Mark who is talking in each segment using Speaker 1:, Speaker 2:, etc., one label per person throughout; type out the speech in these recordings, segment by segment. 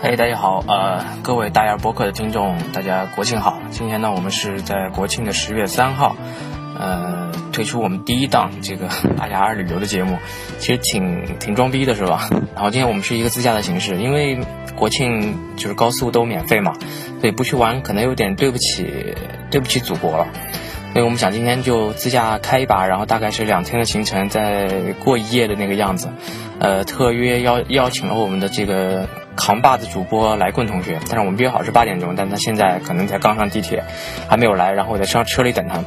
Speaker 1: 嘿、大家好，呃，各位大洋博客的听众，大家国庆好！今天呢，我们是在国庆的十月三号，呃，推出我们第一档这个 大家二旅游的节目，其实挺挺装逼的是吧？然后今天我们是一个自驾的形式，因为国庆就是高速都免费嘛，所以不去玩可能有点对不起对不起祖国了。所以我们想今天就自驾开一把，然后大概是两天的行程，再过一夜的那个样子。呃，特约邀邀请了我们的这个扛把子主播来棍同学，但是我们约好是八点钟，但他现在可能才刚上地铁，还没有来，然后我在上车里等他。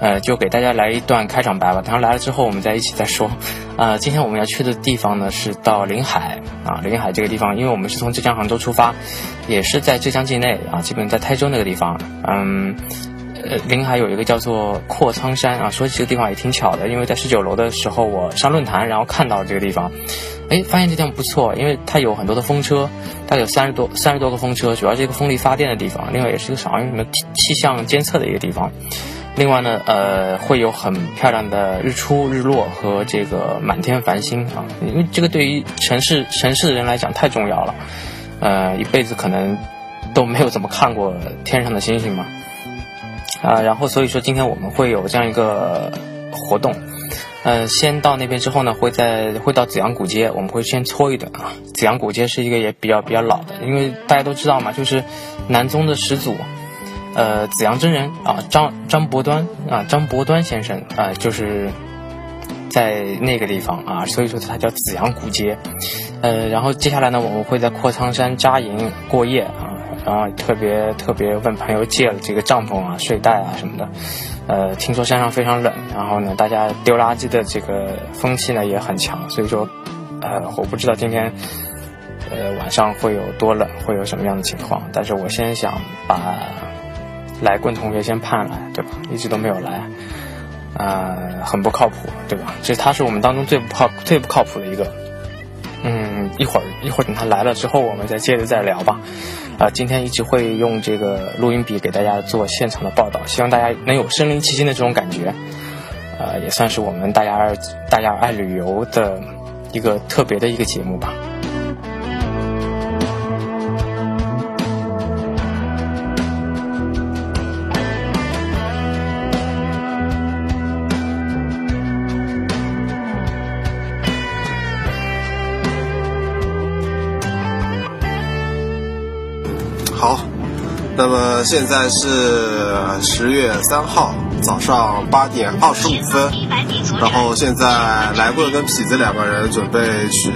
Speaker 1: 呃，就给大家来一段开场白吧，等他来了之后我们再一起再说。呃，今天我们要去的地方呢是到临海啊，临海这个地方，因为我们是从浙江杭州出发，也是在浙江境内啊，基本在台州那个地方，嗯。呃，临海有一个叫做阔苍山啊，说起这个地方也挺巧的，因为在十九楼的时候我上论坛，然后看到了这个地方，哎，发现这地方不错，因为它有很多的风车，它有三十多三十多个风车，主要是一个风力发电的地方，另外也是一个好像什么气气象监测的一个地方。另外呢，呃，会有很漂亮的日出、日落和这个满天繁星啊，因为这个对于城市城市的人来讲太重要了，呃，一辈子可能都没有怎么看过天上的星星嘛。啊、然后所以说今天我们会有这样一个呃活动，呃，先到那边之后呢，会在会到紫阳古街，我们会先搓一顿啊。紫阳古街是一个也比较比较老的，因为大家都知道嘛，就是南宗的始祖，呃，紫阳真人啊，张张伯端啊，张伯端先生啊，就是在那个地方啊，所以说它叫紫阳古街。呃，然后接下来呢，我们会在阔苍山扎营过夜啊，然后特别特别问朋友借了这个帐篷啊、睡袋啊什么的。呃，听说山上非常冷，然后呢，大家丢垃圾的这个风气呢也很强，所以说，呃，我不知道今天。呃，晚上会有多冷，会有什么样的情况？但是我先想把来棍同学先盼来，对吧？一直都没有来，呃，很不靠谱，对吧？这他是我们当中最不靠最不靠谱的一个。嗯，一会儿一会儿等他来了之后，我们再接着再聊吧。啊、今天一直会用这个录音笔给大家做现场的报道，希望大家能有身临其境的这种感觉。呃，也算是我们大家大家爱旅游的一个特别的一个节目吧。
Speaker 2: 好，那么现在是十月三号早上八点二十五分，然后现在来棍跟痞子两个人准备去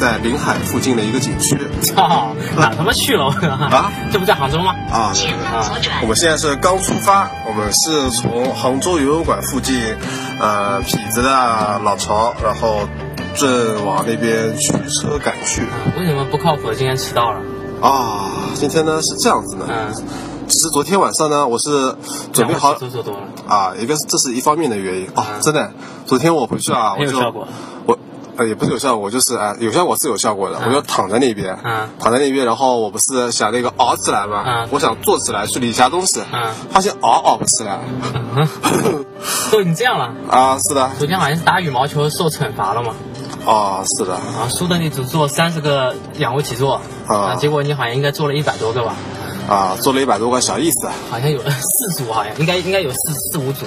Speaker 2: 在临海附近的一个景区
Speaker 1: 操， 哪他妈去了？
Speaker 2: 啊
Speaker 1: 这不在杭州吗？
Speaker 2: 啊。
Speaker 3: 前方左转
Speaker 2: 我，们现在是刚出发，我们是从杭州游泳馆附近，呃，痞子的老巢，然后正往那边驱车赶去。
Speaker 1: 为什么不靠谱的今天迟到了？
Speaker 2: 啊，今天呢是这样子的，
Speaker 1: 嗯，
Speaker 2: 其实昨天晚上呢，我是准备好
Speaker 1: 做做多了，
Speaker 2: 啊，一个是这是一方面的原因哦
Speaker 1: 嗯，
Speaker 2: 真的，昨天我回去啊，
Speaker 1: 没
Speaker 2: 我
Speaker 1: 有
Speaker 2: 就
Speaker 1: 效果。
Speaker 2: 我呃也不是有效果，我就是啊、有效果是有效果的，
Speaker 1: 嗯
Speaker 2: 我就躺在那边，
Speaker 1: 嗯
Speaker 2: 躺在那边，然后我不是想那个熬起来嘛，
Speaker 1: 嗯
Speaker 2: 我想坐起来去理一下东西，
Speaker 1: 嗯
Speaker 2: 发现熬熬不起来，
Speaker 1: 都已经这样了。
Speaker 2: 啊，是的，
Speaker 1: 昨天好像是打羽毛球受惩罚了嘛，
Speaker 2: 啊，是的，
Speaker 1: 啊，输的那组做三十个仰卧起坐，
Speaker 2: 啊
Speaker 1: 结果你好像应该做了一百多个吧？
Speaker 2: 啊，做了一百多个小意思，
Speaker 1: 好像有 四组，好像应该应该有四四五组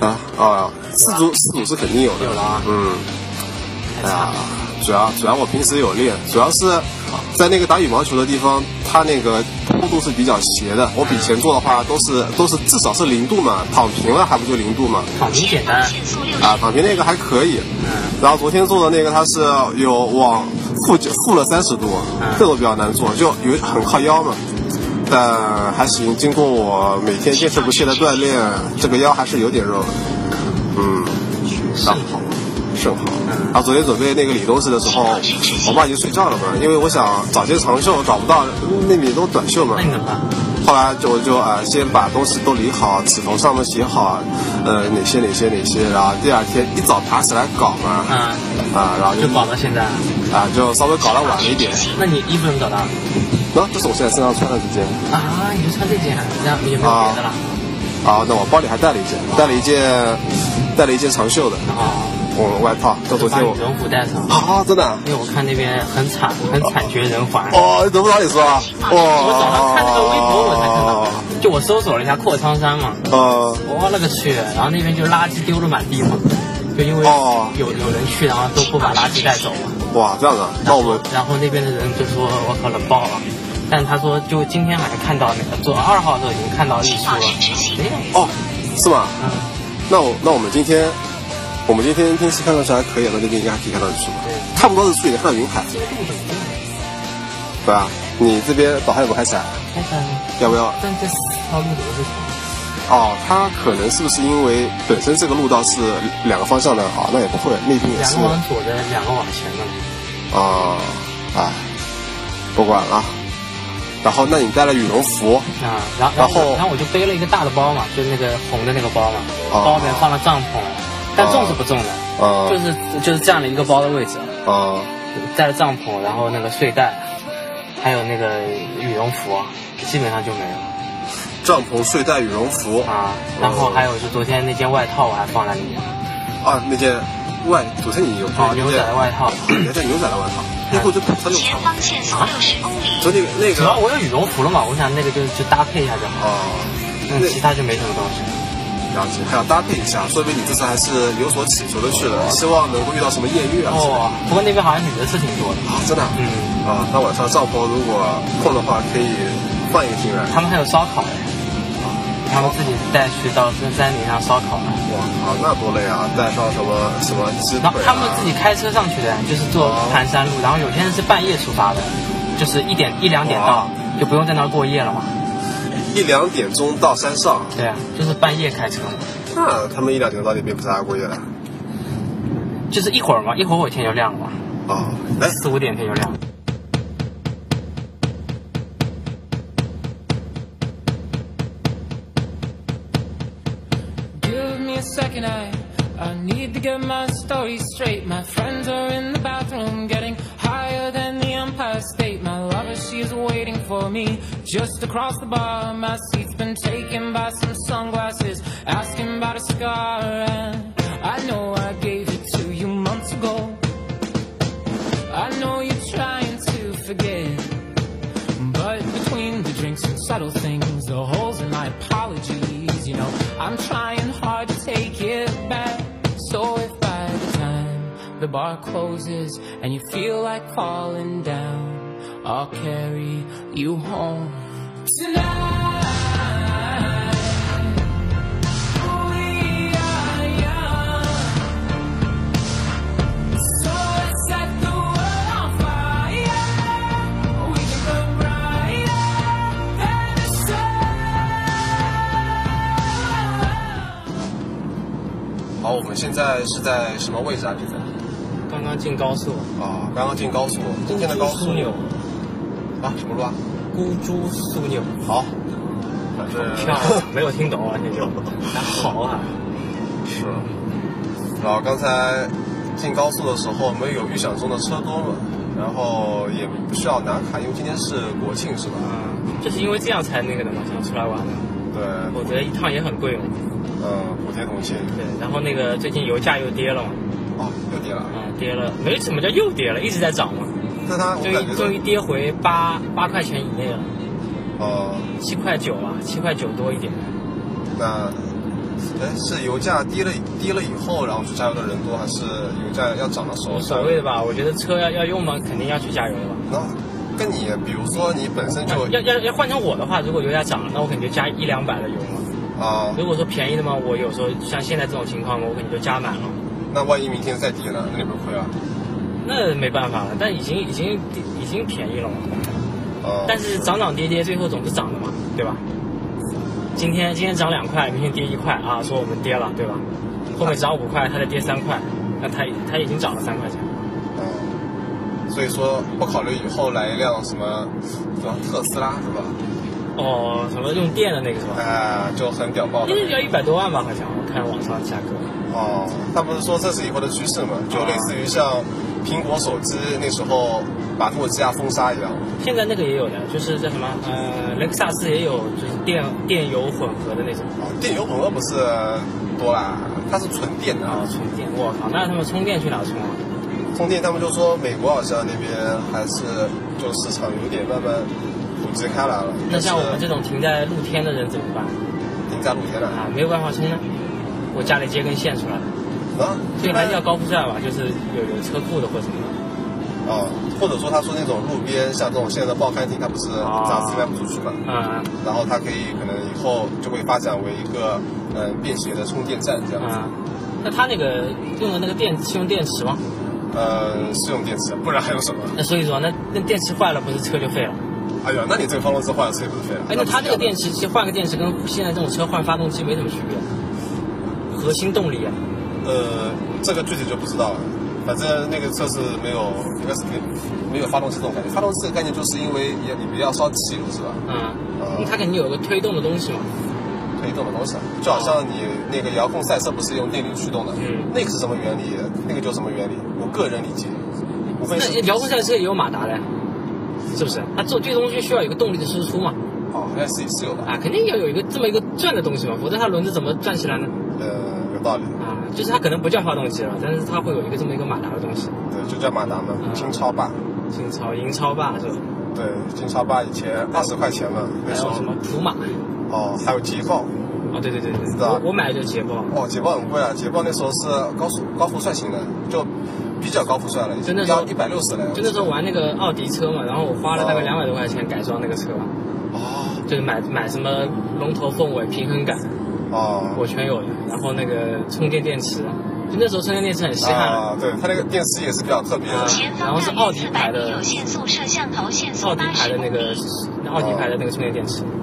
Speaker 1: 了，
Speaker 2: 啊啊，四组四组是肯定有的，
Speaker 1: 有了啊，
Speaker 2: 嗯，
Speaker 1: 太
Speaker 2: 哎
Speaker 1: 惨
Speaker 2: 呀
Speaker 1: 了。，
Speaker 2: 主要主要我平时有练，主要是在那个打羽毛球的地方，它那个坡度是比较斜的。我比前做的话都是都是至少是零度嘛，躺平了还不就零度嘛？
Speaker 1: 好明显
Speaker 3: 前
Speaker 1: 单
Speaker 3: 方，限速六十，
Speaker 2: 啊，躺平那个还可以。
Speaker 1: 嗯，
Speaker 2: 然后昨天做的那个它是有往负负了三十度，这个比较难做，就有很靠腰嘛。但还行，经过我每天坚持不懈的锻炼，这个腰还是有点肉的。嗯，
Speaker 1: 是
Speaker 2: 然后甚好。然后昨天准备那个理东西的时候，我妈已经睡觉了嘛，因为我想找件长袖，找不到，那里都短袖嘛
Speaker 1: 那。你怎么办？
Speaker 2: 后来就我就啊、呃先把东西都理好，纸头上面写好，呃，哪些哪些哪些，然后第二天一早爬起来搞嘛，
Speaker 1: 啊，
Speaker 2: 啊、然后就
Speaker 1: 就搞到现在，
Speaker 2: 啊、就稍微搞得晚了一点。
Speaker 1: 那你衣服怎么找到？
Speaker 2: 然后这是我现在身上穿的这件，
Speaker 1: 啊，你就穿这件，那有没有别的了？
Speaker 2: 啊，那我包里还带了一件，带了一件，带了一件长袖的，
Speaker 1: 哦，
Speaker 2: 我外套，但昨
Speaker 1: 把
Speaker 2: 天
Speaker 1: 你
Speaker 2: 我
Speaker 1: 人虎带走。
Speaker 2: 啊，真的啊
Speaker 1: 因为我看那边很惨，很惨绝人寰。
Speaker 2: 哦，你怎么找你说啊？
Speaker 1: 我早上看那个微博，我才看
Speaker 2: 哦，
Speaker 1: 到，就我搜索了一下阔苍山嘛，
Speaker 2: 呃，
Speaker 1: 我勒个去！然后那边就垃圾丢了满地嘛，就因为
Speaker 2: 哦
Speaker 1: 有有人去，然后都不把垃圾带走嘛。
Speaker 2: 哇，这样的，那我们
Speaker 1: 然后那边的人就说：“我靠，冷爆了。”但他说，就今天好像看到那个做二号的时候已经看到日出了，没有
Speaker 2: 哦，是吗？
Speaker 1: 嗯，
Speaker 2: 那我那我们今天，我们今天天气看上去还可以，那就应该可以看到日出吧
Speaker 1: 对？
Speaker 2: 差不多日出也能看到云海，
Speaker 1: 嗯
Speaker 2: 对吧？你这边早还有没有开起来？
Speaker 1: 哎但
Speaker 2: 要不要？
Speaker 1: 但这四条路怎么会
Speaker 2: 哦，它可能是不是因为本身这个路道是两个方向的啊？那也不会，那一定也
Speaker 1: 两
Speaker 2: 是
Speaker 1: 个往左的，两个往前的？
Speaker 2: 啊，哎，不管了。然后，那你带了羽绒服，
Speaker 1: 啊，然后
Speaker 2: 然
Speaker 1: 然
Speaker 2: 后
Speaker 1: 后然后我就背了一个大的包嘛，就是那个红的那个包嘛，
Speaker 2: 哦
Speaker 1: 包里面放了帐篷，但重是不重的，
Speaker 2: 啊
Speaker 1: 就是就是占了一个包的位置，
Speaker 2: 啊
Speaker 1: 带了帐篷，然后那个睡袋，还有那个羽绒服，基本上就没了
Speaker 2: 帐篷、睡袋、羽绒服
Speaker 1: 啊。然后还有就昨天那件外套我还放在里面，
Speaker 2: 啊，那件外，昨天你有
Speaker 1: 就是啊牛仔的 外套。
Speaker 2: 你还带牛仔的外套，那裤就它就
Speaker 3: 前方限速六十公里。
Speaker 2: 昨天那
Speaker 1: 主
Speaker 2: 个
Speaker 1: 要我有羽绒服了嘛，我想那个就就搭配一下就好，
Speaker 2: 哦，
Speaker 1: 嗯，其他就没什么东西。
Speaker 2: 了解，还要啊搭配一下，说明你这次还是有所企图的去了，希望能够遇到什么艳遇啊之类的。
Speaker 1: 哦，不过那边好像女的是挺多的，
Speaker 2: 啊，真的啊
Speaker 1: 嗯，
Speaker 2: 啊，那晚上帐篷如果空的话，可以换一个厅来。
Speaker 1: 他们还有烧烤哎，他们自己带去到深山林上烧烤了。
Speaker 2: 哇，啊，那多累啊！带上什么什么鸡
Speaker 1: 然后
Speaker 2: 腿、啊，
Speaker 1: 他们自己开车上去的，就是坐盘山路，然后有些人是半夜出发的，就是一点一两点到，就不用在那儿过夜了嘛。
Speaker 2: 一两点钟到山上，
Speaker 1: 对啊，就是半夜开车，
Speaker 2: 那他们一两点钟到那边不是还过夜了？
Speaker 1: 就是一会儿嘛，一会儿我天就亮了嘛，
Speaker 2: 啊，哎，
Speaker 1: 四五点天就亮了。
Speaker 4: Give me a second, I I need to get my story straight. My friends are in the bathroom, getting higher than the Empire State. My lover, she's waiting for me just across the bar. My seat's been taken by some sunglasses, asking about a scar. And I know I gave it to you months ago. I know you're trying to forget. But between the drinks and subtle things, the holes in my apologies, you know, I'm trying hard to take it back. So if by the time the bar closes and you feel like falling down, I'll carry you home tonight. We are young, so let's set the world on fire. We can burn brighter and the sun.
Speaker 2: 好，我们现在是在什么位置啊？现在
Speaker 1: 刚刚进高速，
Speaker 2: 啊，刚刚进高速，今天的高速
Speaker 1: 枢纽，
Speaker 2: 啊，什么路啊？
Speaker 1: 孤珠枢纽，
Speaker 2: 好，反正
Speaker 1: 漂亮，没有听懂啊，这就 还好啊。
Speaker 2: 是。然后刚才进高速的时候，没有预想中的车多嘛，然后也不需要拿卡，因为今天是国庆是吧？
Speaker 1: 嗯，就是因为这样才那个的嘛，想出来玩的，
Speaker 2: 对，
Speaker 1: 否则一趟也很贵嘛。哦
Speaker 2: 嗯，补贴同庆。
Speaker 1: 对，然后那个最近油价又跌了嘛，
Speaker 2: 哦，又跌了
Speaker 1: 啊、。跌了，没什么叫又跌了，一直在涨嘛，
Speaker 2: 那它我
Speaker 1: 终
Speaker 2: 感
Speaker 1: 于
Speaker 2: 觉
Speaker 1: 终于跌回八八块钱以内了。
Speaker 2: 哦，
Speaker 1: 七块九啊，七块九多一点。
Speaker 2: 那哎是油价低了低了以后，然后去加油的人多，还是油价要涨的时候
Speaker 1: 无
Speaker 2: 稍
Speaker 1: 所
Speaker 2: 微？
Speaker 1: 谓的吧，我觉得车要要用嘛，肯定要去加油的吧。
Speaker 2: 那跟你比如说你本身就
Speaker 1: 要要要换成我的话，如果油价涨了，那我肯定就加一两百的油嘛。
Speaker 2: 啊、
Speaker 1: 如果说便宜的嘛，我有时候像现在这种情况嘛，我肯定就加满了。
Speaker 2: 那万一明天再跌呢？那你不亏啊？
Speaker 1: 那没办法了，但已经已经已经便宜了嘛。
Speaker 2: 啊、
Speaker 1: 但是涨涨跌跌，最后总是涨的嘛，对吧？今天今天涨两块，明天跌一块啊，说我们跌了，对吧？后面涨五块，它再跌三块，那它它已经涨了三块钱。
Speaker 2: 嗯所以说不考虑以后来一辆什么什么特斯拉是吧？
Speaker 1: 哦，什么用电的那个是吧？
Speaker 2: 哎、就很屌爆了
Speaker 1: 一。日要一百多万吧，好像我看网上价格。
Speaker 2: 哦，他不是说这是以后的趋势嘛？就类似于像苹果手机那时候把诺基亚封杀一样。
Speaker 1: 现在那个也有的，就是叫什么呃，雷克萨斯也有，就是电电油混合的那种。
Speaker 2: 哦，电油混合不是多啦，它是纯电的。
Speaker 4: 哦，充电，我靠，那他们充电去哪充啊？
Speaker 2: 充电他们就说美国好像那边还是就市场有点慢慢普及开来了。
Speaker 4: 那像我们这种停在露天的人怎么办
Speaker 2: 停在露天的
Speaker 4: 啊？没有办法充呢，我家里接根线出来，
Speaker 2: 啊，
Speaker 4: 所以还是要高负债吧，就是有有车库的或什么的。
Speaker 2: 哦，或者说他说那种路边像这种现在的报刊亭，它不是
Speaker 4: 啊
Speaker 2: 杂志卖不出去嘛，
Speaker 4: 嗯
Speaker 2: 然后它可以可能以后就会发展为一个嗯、呃便携的充电站这样子，
Speaker 4: 嗯，那他那个用的那个电是用电池吗？
Speaker 2: 呃，是用电池，不然还有什么？
Speaker 4: 那所以说，那那电池坏了，不是车就废了？
Speaker 2: 哎呀，那你这个方程式换了车也不是废了。
Speaker 4: 哎，那它这个
Speaker 2: 不一样
Speaker 4: 电池其实换个电池跟现在这种车换发动机没什么区别，核心动力啊。
Speaker 2: 呃，这个具体就不知道了。反正那个车是没有，应该是没没有发动机这种感觉。发动机的概念就是因为也你们要烧汽油是吧？哦
Speaker 4: 嗯，它肯定有个推动的东西嘛。
Speaker 2: 推动的东西，就好像你那个遥控赛车不是用电力驱动的，
Speaker 4: 嗯
Speaker 2: 那个是什么原理？那个就是什么原理？我个人理解，无非
Speaker 4: 那
Speaker 2: 是
Speaker 4: 遥控赛车也有马达的，是不是？那做最终就需要有个动力的输出嘛。
Speaker 2: 哦，应该是是有的，
Speaker 4: 啊，肯定要有一个这么一个转的东西嘛，否则它轮子怎么转起来呢？
Speaker 2: 呃，有道理，
Speaker 4: 啊，就是它可能不叫发动机了，但是它会有一个这么一个马达的东西。
Speaker 2: 对，就叫马达嘛
Speaker 4: 嗯，
Speaker 2: 金超霸，
Speaker 4: 新超、银超霸是吧？
Speaker 2: 对，金超霸以前二十块钱嘛，那
Speaker 4: 还
Speaker 2: 时
Speaker 4: 有
Speaker 2: 候
Speaker 4: 什么普马？
Speaker 2: 哦，还有捷豹，
Speaker 4: 哦，对对对对，
Speaker 2: 知道
Speaker 4: 我我买的就是捷豹，
Speaker 2: 哦，捷豹很贵啊，捷豹那时候是高速高富帅型的，就比较高富帅了，已
Speaker 4: 就
Speaker 2: 经
Speaker 4: 那时候
Speaker 2: 要一百六十了，
Speaker 4: 就那时候玩那个奥迪车嘛，然后我花了大概两百多块钱改装那个车，
Speaker 2: 哦
Speaker 4: 就是买买什么龙头凤尾平衡感，
Speaker 2: 哦
Speaker 4: 我全有了，然后那个充电电池，就那时候充电电池很稀罕了，
Speaker 2: 啊，对，它那个电池也是比较特别的，
Speaker 3: 前
Speaker 4: 然后
Speaker 3: 方
Speaker 4: 是
Speaker 3: 大
Speaker 4: 奥
Speaker 3: 约
Speaker 4: 迪
Speaker 3: 四
Speaker 4: 牌
Speaker 3: 百
Speaker 4: 的
Speaker 3: 米有限速摄像头，限
Speaker 4: 奥
Speaker 3: 速
Speaker 4: 迪
Speaker 3: 八
Speaker 4: 牌
Speaker 3: 十
Speaker 4: 的
Speaker 3: 公
Speaker 4: 那个
Speaker 3: 里。
Speaker 4: 奥迪牌的那个充电电池，嗯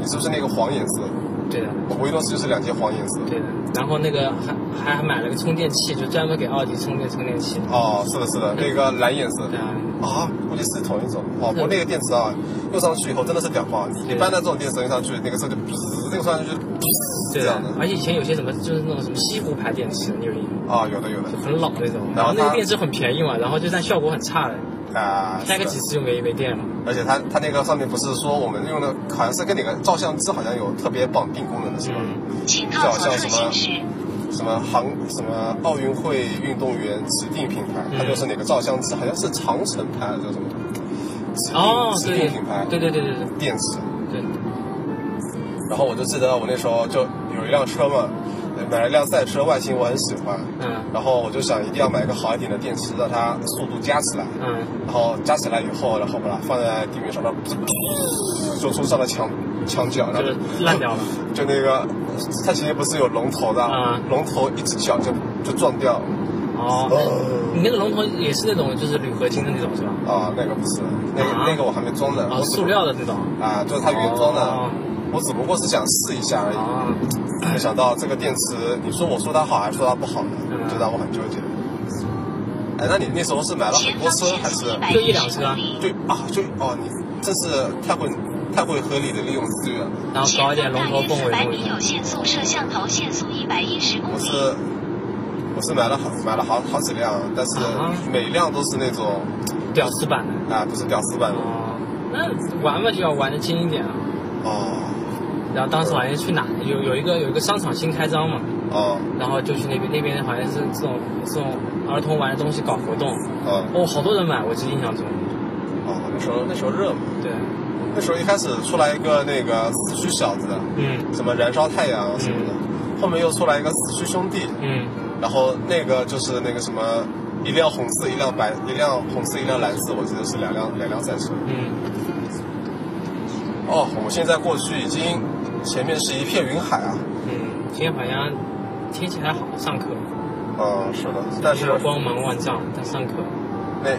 Speaker 2: 你是不是那个黄颜色？
Speaker 4: 对的
Speaker 2: 我唯诺斯就是两节黄颜色。
Speaker 4: 对的，然后那个还还买了个充电器，就专门给奥迪充电充电器，
Speaker 2: 哦，是的，是的，那个蓝颜色。
Speaker 4: 对啊，
Speaker 2: 啊，估计是同一种。哦，
Speaker 4: 对
Speaker 2: 我那个电池啊，用上去以后真的是屌爆！你
Speaker 4: 对
Speaker 2: 一般的这种电池用上去，那个车就噗，那个上去就是啊噗这
Speaker 4: 对的
Speaker 2: 样的。，
Speaker 4: 而且以前有些什么就是那种什么西湖牌电池，你有印象吗？
Speaker 2: 啊，有的有的
Speaker 4: 很老那种，
Speaker 2: 然
Speaker 4: 然
Speaker 2: 后
Speaker 4: 后
Speaker 2: 它
Speaker 4: 那个电池很便宜嘛，然后就但效果很差的，
Speaker 2: 啊，
Speaker 4: 开个
Speaker 2: 是
Speaker 4: 几
Speaker 2: 的
Speaker 4: 次就没没电了。
Speaker 2: 而且它它那个上面不是说我们用的好像是跟哪个照相机好像有特别绑定功能的是吧？
Speaker 4: 嗯，
Speaker 3: 请靠左侧行驶。
Speaker 2: 什么航什么奥运会运动员指定品牌，
Speaker 4: 嗯
Speaker 2: 它就是哪个照相机，好像是长城牌还是叫什么？指定
Speaker 4: 哦，
Speaker 2: 指
Speaker 4: 对
Speaker 2: 定品牌，
Speaker 4: 对对对对对
Speaker 2: 电池。
Speaker 4: 对，
Speaker 2: 然后我就记得我那时候就有一辆车嘛，买了一辆赛车，外形我很喜欢，
Speaker 4: 嗯
Speaker 2: 然后我就想一定要买一个好一点的电池，让它速度加起来。
Speaker 4: 嗯，
Speaker 2: 然后加起来以后，然后把它放在地面上，然后就冲上了墙墙角，然
Speaker 4: 就
Speaker 2: 后
Speaker 4: 是烂掉了。
Speaker 2: 就那个它前面不是有龙头的，
Speaker 4: 啊
Speaker 2: 龙头一只脚就就撞掉了
Speaker 4: 哦，你那个龙头也是那种就是铝合金的那种是吧？
Speaker 2: 啊，那个不是，那个、
Speaker 4: 啊
Speaker 2: 那个我还没装呢，
Speaker 4: 哦，
Speaker 2: 我只
Speaker 4: 塑料的那种。
Speaker 2: 啊，就是它原装的。
Speaker 4: 哦
Speaker 2: 我只不过是想试一下而已，
Speaker 4: 哦，
Speaker 2: 没想到这个电池，你说我说它好还是说它不好呢？
Speaker 4: 嗯
Speaker 2: 就让我很纠结。哎，那你那时候是买了很
Speaker 3: 前
Speaker 2: 多
Speaker 3: 方
Speaker 2: 车
Speaker 3: 限
Speaker 2: 还
Speaker 3: 速
Speaker 2: 是
Speaker 3: 一百
Speaker 4: 就一
Speaker 3: 一
Speaker 4: 辆
Speaker 3: 十
Speaker 4: 车啊
Speaker 3: 公里。
Speaker 2: 对啊？就哦，你真是太会太会合理的利用资源了。
Speaker 4: 然后
Speaker 3: 前
Speaker 4: 搞
Speaker 3: 方
Speaker 4: 一点龙
Speaker 3: 大
Speaker 4: 头
Speaker 3: 约
Speaker 4: 凤
Speaker 3: 四
Speaker 4: 尾
Speaker 3: 百
Speaker 4: 动
Speaker 3: 米
Speaker 4: 力。
Speaker 3: 有限速摄像头，限速一百一十公
Speaker 2: 我
Speaker 3: 里。
Speaker 2: 是我是买了好买了好好几辆，但是
Speaker 4: 啊
Speaker 2: 每辆都是那种
Speaker 4: 屌丝版的。
Speaker 2: 啊，不是屌丝版的
Speaker 4: 哦，那玩嘛就要玩的精一点啊。
Speaker 2: 哦
Speaker 4: 然后当时好像去哪有有一个有一个商场新开张嘛，
Speaker 2: 哦
Speaker 4: 然后就去那边那边好像是这种这种儿童玩的东西搞活动，
Speaker 2: 哦
Speaker 4: 哦，好多人买，我记得印象中。
Speaker 2: 哦，那时候那时候热嘛，
Speaker 4: 对，
Speaker 2: 那时候一开始出来一个那个四驱小子，
Speaker 4: 嗯
Speaker 2: 什么燃烧太阳什么的，后面又出来一个四驱兄弟，
Speaker 4: 嗯，
Speaker 2: 然后那个就是那个什么，一辆红色，一辆白，一辆红色，一辆蓝色，我记得是两辆两辆赛车。
Speaker 4: 嗯，
Speaker 2: 哦，我们现在过去已经前面是一片云海啊。
Speaker 4: 嗯，今天好像天气还好，上课，
Speaker 2: 嗯，是的，但是
Speaker 4: 有光芒万丈，但上课，
Speaker 2: 那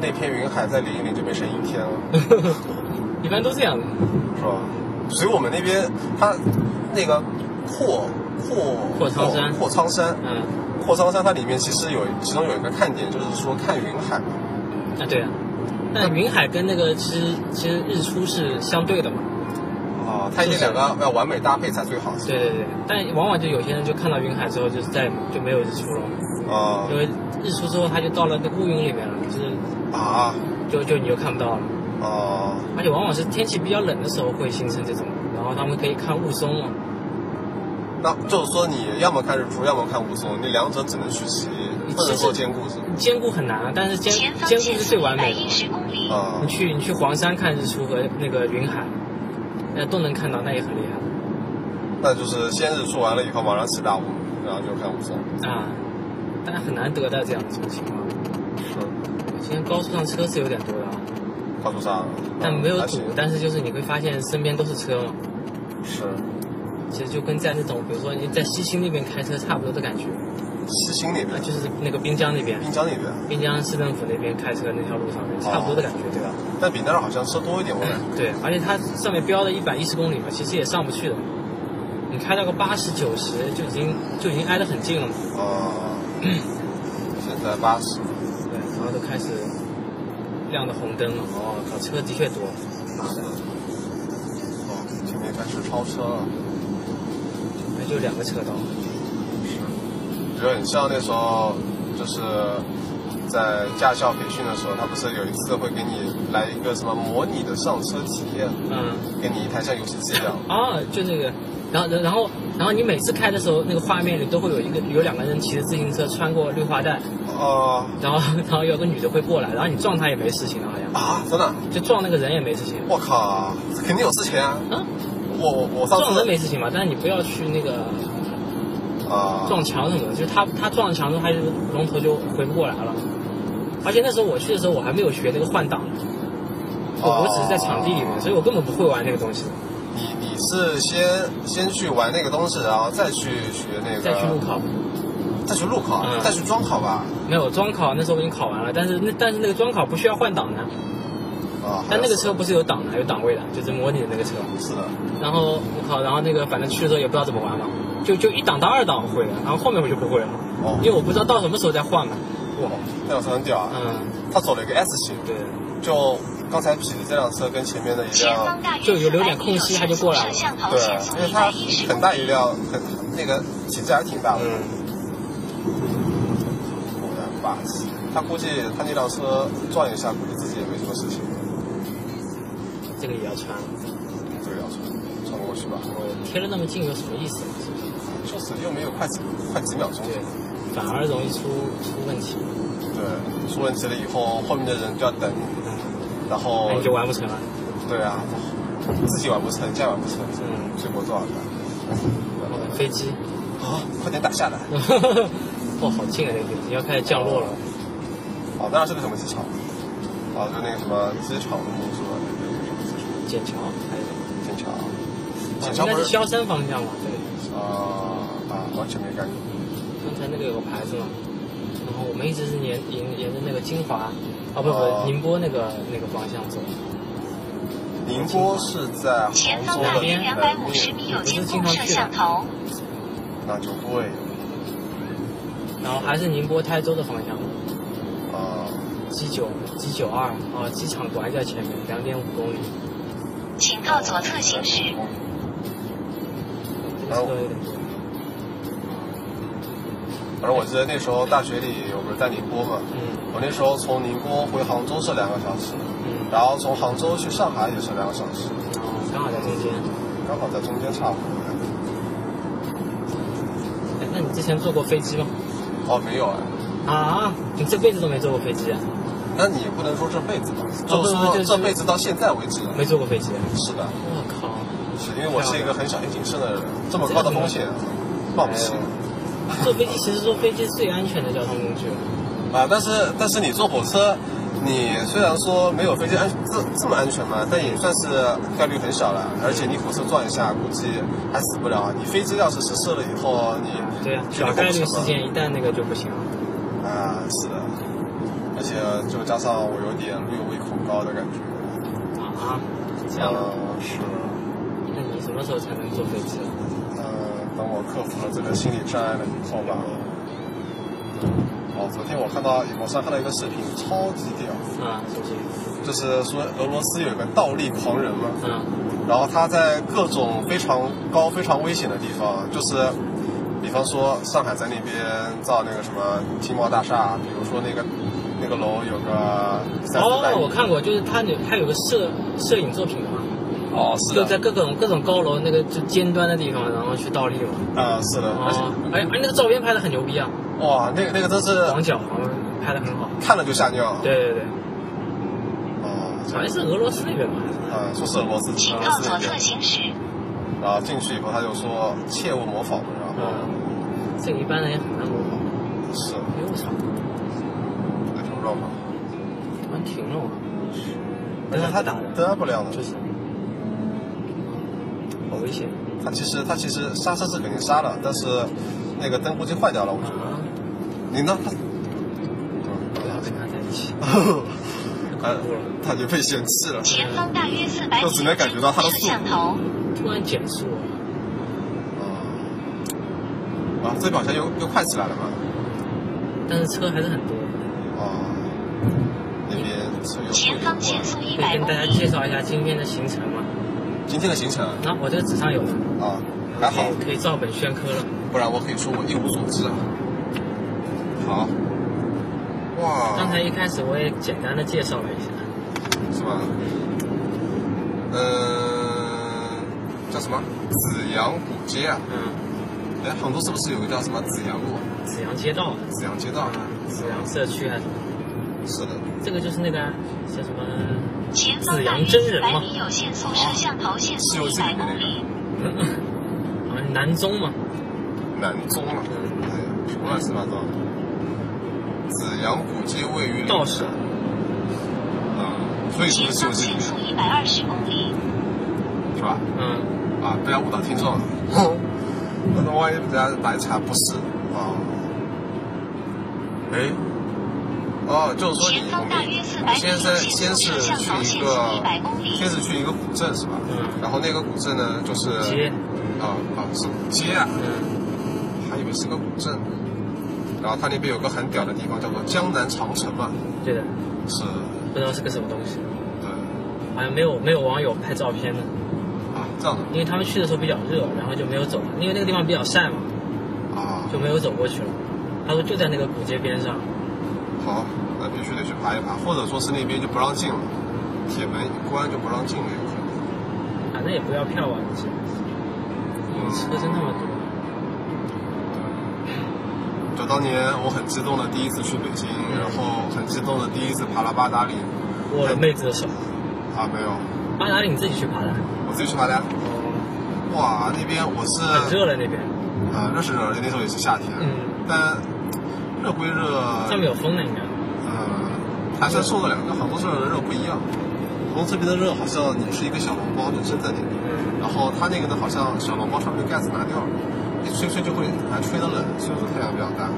Speaker 2: 那片云海再淋一淋就变成阴天了，
Speaker 4: 一般都这样的。
Speaker 2: 是吧？所以我们那边它那个阔阔
Speaker 4: 阔苍山
Speaker 2: 阔苍山，
Speaker 4: 嗯，
Speaker 2: 阔苍山它里面其实有其中有一个看点就是说看云海嘛。
Speaker 4: 啊对啊，那云海跟那个其实其实日出是相对的嘛。
Speaker 2: 哦，它一定两个要完美搭配才最好。
Speaker 4: 对对对，但往往就有些人就看到云海之后，就是再就没有日出了，
Speaker 2: 哦
Speaker 4: 因为日出之后它就到了那个乌云里面了，就是
Speaker 2: 啊
Speaker 4: 就就你就看不到了。
Speaker 2: 哦。
Speaker 4: 而且往往是天气比较冷的时候会形成这种，然后他们可以看雾凇嘛。
Speaker 2: 那就是说你要么看日出，要么看雾凇，你两者只能取其一，不能够兼顾是吗？
Speaker 4: 兼顾很难啊，但是兼
Speaker 3: 前方
Speaker 4: 兼顾
Speaker 3: 限
Speaker 4: 是
Speaker 3: 速
Speaker 4: 最
Speaker 3: 一
Speaker 4: 完
Speaker 3: 百
Speaker 4: 美的
Speaker 3: 一
Speaker 4: 嘛。
Speaker 3: 十公里。
Speaker 2: 啊、
Speaker 4: 你去你去黄山看日出和那个云海，那都能看到，那也很厉
Speaker 2: 那就是先日出完了以后，马上起大雾，然后就看雾凇。
Speaker 4: 害啊，但很难得到这样的一种情况。
Speaker 2: 嗯，
Speaker 4: 今天高速上车是有点多的啊，
Speaker 2: 快速上，嗯
Speaker 4: 但没有
Speaker 2: 啊还
Speaker 4: 堵
Speaker 2: 行，
Speaker 4: 但是就是你会发现身边都是车嘛，
Speaker 2: 是
Speaker 4: 其实就跟在那种比如说你在西青那边开车差不多的感觉
Speaker 2: 西青那
Speaker 4: 啊，
Speaker 2: 边，
Speaker 4: 就是那个滨江那边，
Speaker 2: 滨江那边，
Speaker 4: 滨江市政府那边开车那条路上面差不多的感觉，对吧？嗯
Speaker 2: 但比那儿好像车多一点，我感觉。
Speaker 4: 对，而且它上面标了一百一十公里嘛，其实也上不去的。你开到个八十九十，就已经就已经挨得很近了嘛。
Speaker 2: 呃，现在八十，
Speaker 4: 对，然后就开始亮着红灯了。哦，靠，车的确多。妈的，
Speaker 2: 哦，今天开始超车了。
Speaker 4: 那就两个车道。
Speaker 2: 比如你像那时候，就是在驾校培训的时候，他不是有一次会给你来一个什么模拟的上车体验，
Speaker 4: 嗯。
Speaker 2: 给你一台像游戏机一样，
Speaker 4: 哦，就那个，然后然后然后你每次开的时候，那个画面里都会有一个有两个人骑着自行车穿过绿化带，
Speaker 2: 哦、
Speaker 4: 然后 然后有个女的会过来，然后你撞她也没事情的，好像
Speaker 2: 啊，真的，
Speaker 4: 就撞那个人也没事情。
Speaker 2: 我靠，肯定有事情啊！
Speaker 4: 啊，
Speaker 2: 我我我上
Speaker 4: 撞
Speaker 2: 次
Speaker 4: 人没事情嘛，但是你不要去那个
Speaker 2: 啊，
Speaker 4: 撞墙什么的，就是他他撞了墙之后，他就龙头就回不过来了。而且那时候我去的时候，我还没有学那个换挡，我我只是在场地里面，所以我根本不会玩那个东西，
Speaker 2: 啊你你是先先去玩那个东西，然后再去学那个，
Speaker 4: 再去路，考。
Speaker 2: 再去路考，
Speaker 4: 嗯
Speaker 2: 再去装考吧。
Speaker 4: 没有装考，那时候我已经考完了，但是那但是那个装考不需要换挡的，
Speaker 2: 啊，
Speaker 4: 但那个车不是有档的，有档位的，就是模拟的那个车。
Speaker 2: 是的，
Speaker 4: 然后我靠，然后那个反正去的时候也不知道怎么玩嘛，就就一档到二档我会了，然后后面我就不会了，
Speaker 2: 哦
Speaker 4: 因为我不知道到什么时候再换嘛。
Speaker 2: 哇，那辆车很屌啊！
Speaker 4: 嗯，
Speaker 2: 它走了一个 S 型，
Speaker 4: 对，
Speaker 2: 就刚才匹敌这辆车跟前面的一
Speaker 3: 前
Speaker 2: 辆
Speaker 3: 方，大约
Speaker 4: 就有留
Speaker 3: 400
Speaker 4: 点空隙
Speaker 3: 米
Speaker 4: 他就过来了
Speaker 3: 摄像头
Speaker 2: 对
Speaker 3: 限速，
Speaker 2: 因为
Speaker 3: 一
Speaker 2: 它
Speaker 3: 百一十
Speaker 2: 很大一辆，很那个体积还挺大的，
Speaker 4: 嗯，
Speaker 2: 果然霸气。他估计他那辆车撞一下，估计自己也没什么事情。
Speaker 4: 这个也要穿，
Speaker 2: 这个要穿穿过去吧，
Speaker 4: 我贴的那么近有什么意思？是不是？
Speaker 2: 就是又没有快几快几秒钟。
Speaker 4: 对，反而容易出出问题，
Speaker 2: 对，出问题了以后，后面的人就要等你，然后
Speaker 4: 那哎你就完不成了。
Speaker 2: 对啊，自己玩不成，家玩不成，
Speaker 4: 嗯
Speaker 2: 最后多少个？
Speaker 4: 飞机，
Speaker 2: 啊，快点打下来！
Speaker 4: 哇，好近啊那个飞机，要开始降落了。
Speaker 2: 哦，当然是个什么机场？哦，就那个什么机场路是吧？那个什么机场？
Speaker 4: 剑桥还是什么？
Speaker 2: 剑桥，
Speaker 4: 啊
Speaker 2: 剑桥
Speaker 4: 应该
Speaker 2: 不
Speaker 4: 是
Speaker 2: 是？
Speaker 4: 萧山方向吧？对。
Speaker 2: 啊啊，完全没概念。
Speaker 4: 刚才那个有个牌子嘛，然后我们一直是沿沿沿着那个金华，啊不
Speaker 2: 哦
Speaker 4: 不，宁波那个那个方向走，
Speaker 2: 宁波是在
Speaker 3: 前
Speaker 2: 杭
Speaker 3: 方
Speaker 2: 州
Speaker 3: 大
Speaker 2: 的
Speaker 3: 约两百五十米有监控摄像头，
Speaker 2: 那就对了
Speaker 4: 然后还是宁波台州的方向呃
Speaker 2: 啊。
Speaker 4: ，G 九 G 九二啊，机场果然在前面，两点五公里，
Speaker 3: 请靠左侧行驶。
Speaker 4: 这个车有点多。
Speaker 2: 反正我记得那时候大学里，我不是在宁波嘛，
Speaker 4: 嗯
Speaker 2: 我那时候从宁波回杭州是两个小时，
Speaker 4: 嗯，
Speaker 2: 然后从杭州去上海也是两个小时，
Speaker 4: 然后刚好在中间。
Speaker 2: 刚好在中间差不多。
Speaker 4: 哎，那你之前坐过飞机吗？
Speaker 2: 哦，没有哎，
Speaker 4: 啊，你这辈子都没坐过飞机啊？
Speaker 2: 那你也不能说这辈子吧，就是
Speaker 4: 哦不不
Speaker 2: 说
Speaker 4: 就是
Speaker 2: 这辈子到现在为止，
Speaker 4: 没坐过飞机啊、
Speaker 2: 是的，
Speaker 4: 我靠，
Speaker 2: 是因为我是一个很小心谨慎的人，这么高的风险冒不起
Speaker 4: 哎坐飞机其实坐飞机是最安全的交通工具了。
Speaker 2: 啊。但是但是你坐火车，你虽然说没有飞机安这这么安全嘛，但也算是概率很小了。而且你火车撞一下，估计还死不了。啊你飞机要是实施了以后，你
Speaker 4: 对啊，
Speaker 2: 你
Speaker 4: 小
Speaker 2: 控
Speaker 4: 概
Speaker 2: 制
Speaker 4: 率
Speaker 2: 不了
Speaker 4: 事件一旦那个就不行了。
Speaker 2: 啊，是的，而且就加上我有点略微恐高的感觉，
Speaker 4: 啊，这样啊。
Speaker 2: 呃，是，
Speaker 4: 那你什么时候才能坐飞机啊？
Speaker 2: 呃，等我克服了这个心理障碍了以后吧。哦，昨天我看到网上看到一个视频，超级屌，
Speaker 4: 啊，是不是？
Speaker 2: 就是说俄罗斯有一个倒立狂人嘛，
Speaker 4: 嗯
Speaker 2: 然后他在各种非常高、非常危险的地方，就是比方说上海在那边造那个什么金茂大厦，比如说那个那个楼有个三四百
Speaker 4: 哦，
Speaker 2: 米
Speaker 4: 我看过，就是他有他有个摄摄影作品嘛，啊
Speaker 5: 哦，是
Speaker 4: 就
Speaker 5: 的，
Speaker 4: 在各种各种高楼那个就尖端的地方，然后去倒立嘛。
Speaker 2: 啊，是的，而且
Speaker 4: 啊，而且而且那个照片拍的很牛逼啊，
Speaker 2: 哇，那个那个真是
Speaker 4: 广角拍的很好。
Speaker 2: 看了就吓尿。，
Speaker 4: 对对对，
Speaker 2: 哦，
Speaker 4: 好像是俄罗斯那边吧？
Speaker 2: 啊，说是俄罗斯，
Speaker 3: 请
Speaker 2: 俄罗
Speaker 3: 靠
Speaker 2: 斯
Speaker 3: 左
Speaker 2: 那
Speaker 3: 侧
Speaker 2: 边，
Speaker 3: 行驶，
Speaker 2: 然后进去以后他就说切勿模仿，然后
Speaker 4: 嗯，这个一般人也很难模仿。
Speaker 2: 是
Speaker 4: 哎呦我操，
Speaker 2: 那种状况，
Speaker 4: 突然停了我。
Speaker 2: 而且他
Speaker 4: 打的，
Speaker 2: 灯还不亮的，
Speaker 4: 就是好危险
Speaker 2: 他其实他其实刹车是肯定刹了，但是那个灯估计坏掉了，我觉得。
Speaker 4: 啊！
Speaker 2: 你呢？
Speaker 4: 不要跟他在一起，
Speaker 2: 呃，他就被嫌弃了。
Speaker 3: 前方大约四百
Speaker 2: 就
Speaker 3: 米，
Speaker 2: 只能感觉到它的
Speaker 3: 摄
Speaker 2: 速度
Speaker 3: 像头，
Speaker 4: 突然减速了。
Speaker 2: 哦啊，这表现又又快起来了嘛？
Speaker 4: 但是车还是很多。
Speaker 2: 哦，那边车又
Speaker 3: 前方
Speaker 2: 过来
Speaker 3: 限速一
Speaker 4: 可
Speaker 3: 百
Speaker 4: 以跟
Speaker 3: 公
Speaker 4: 大家
Speaker 3: 里，
Speaker 4: 介绍一下今天的行程嘛？
Speaker 2: 今天的行程
Speaker 4: 那我这个纸上有的，
Speaker 2: 啊，还好，
Speaker 4: 可以照本宣科了。
Speaker 2: 不然我可以说我一无所知啊。好，
Speaker 3: 哦
Speaker 2: 哇，
Speaker 4: 刚才一开始我也简单的介绍了一下，
Speaker 2: 是吧？呃，叫什么？紫阳古街啊？
Speaker 4: 嗯，
Speaker 2: 哎，杭州是不是有个叫什么紫阳路、
Speaker 4: 紫阳街道、
Speaker 2: 紫阳街道？
Speaker 4: 紫阳社区还是什么？
Speaker 2: 是的，
Speaker 4: 这个就是那个啊叫什么？
Speaker 3: 前方
Speaker 4: 紫
Speaker 3: 大
Speaker 4: 阳
Speaker 3: 约
Speaker 4: 真人
Speaker 3: 四百
Speaker 4: 吗
Speaker 3: 米有限速摄像头，限
Speaker 2: 是有
Speaker 3: 速一
Speaker 2: 这个
Speaker 3: 百
Speaker 2: 里面
Speaker 3: 公里。
Speaker 4: 好像南中嘛。
Speaker 2: 南宗啊，哎呀，什么乱七八糟的。紫阳古街位于
Speaker 4: 道士
Speaker 2: 啊，所以是
Speaker 3: 前
Speaker 2: 不是有这
Speaker 3: 方限
Speaker 2: 个
Speaker 3: 速一百二十公里，
Speaker 2: 是吧？
Speaker 4: 嗯，
Speaker 2: 啊，不要误导听众啊，那万一人家来查不是啊？哎，哦，就是说你我
Speaker 3: 前方大
Speaker 2: 们
Speaker 3: 约四百米
Speaker 2: 先
Speaker 3: 有
Speaker 2: 是
Speaker 3: 限
Speaker 2: 先
Speaker 3: 速
Speaker 2: 是
Speaker 3: 摄像头，
Speaker 2: 去一
Speaker 3: 限
Speaker 2: 个
Speaker 3: 速一百公里。
Speaker 2: 先是去一个古镇是吧？
Speaker 4: 嗯
Speaker 2: 然后那个古镇呢，就是
Speaker 4: 街，
Speaker 2: 啊啊是街啊，呃
Speaker 4: 嗯，
Speaker 2: 还以为是个古镇。然后它那边有个很屌的地方，叫做江南长城嘛，
Speaker 4: 对的，
Speaker 2: 是，呃
Speaker 4: 不知道是个什么东西，
Speaker 2: 对，
Speaker 4: 好像没有没有网友拍照片的，
Speaker 2: 啊，这样
Speaker 4: 因为他们去的时候比较热，然后就没有走，因为那个地方比较晒嘛，
Speaker 2: 的啊，
Speaker 4: 就没有走过去了。他说就在那个古街边上，
Speaker 2: 好，那必须得去爬一爬，或者说是那边就不让进了，铁门一关就不让进了，有可能。
Speaker 4: 反正也不要票啊，你是车真那么多，
Speaker 2: 就当年我很激动的第一次去北京，然后很激动的第一次爬了八达岭，
Speaker 4: 握了妹子的手。
Speaker 2: 啊没有，
Speaker 4: 八达岭你自己去爬的，
Speaker 2: 我自己去爬的。哇，那边我是
Speaker 4: 很热了那边，
Speaker 2: 呃热是热，那时候也是夏天，
Speaker 4: 嗯，
Speaker 2: 但热归热，
Speaker 4: 上面有风呢应该。
Speaker 2: 呃还算受得了，跟杭州这儿的热不一样。杭州这边的热好像你吃一个小笼包就蒸在里面。
Speaker 4: 嗯，
Speaker 2: 然后它那个呢，好像小笼包上面的盖子拿掉了，一吹吹就会还吹得冷，所以说太阳比较大。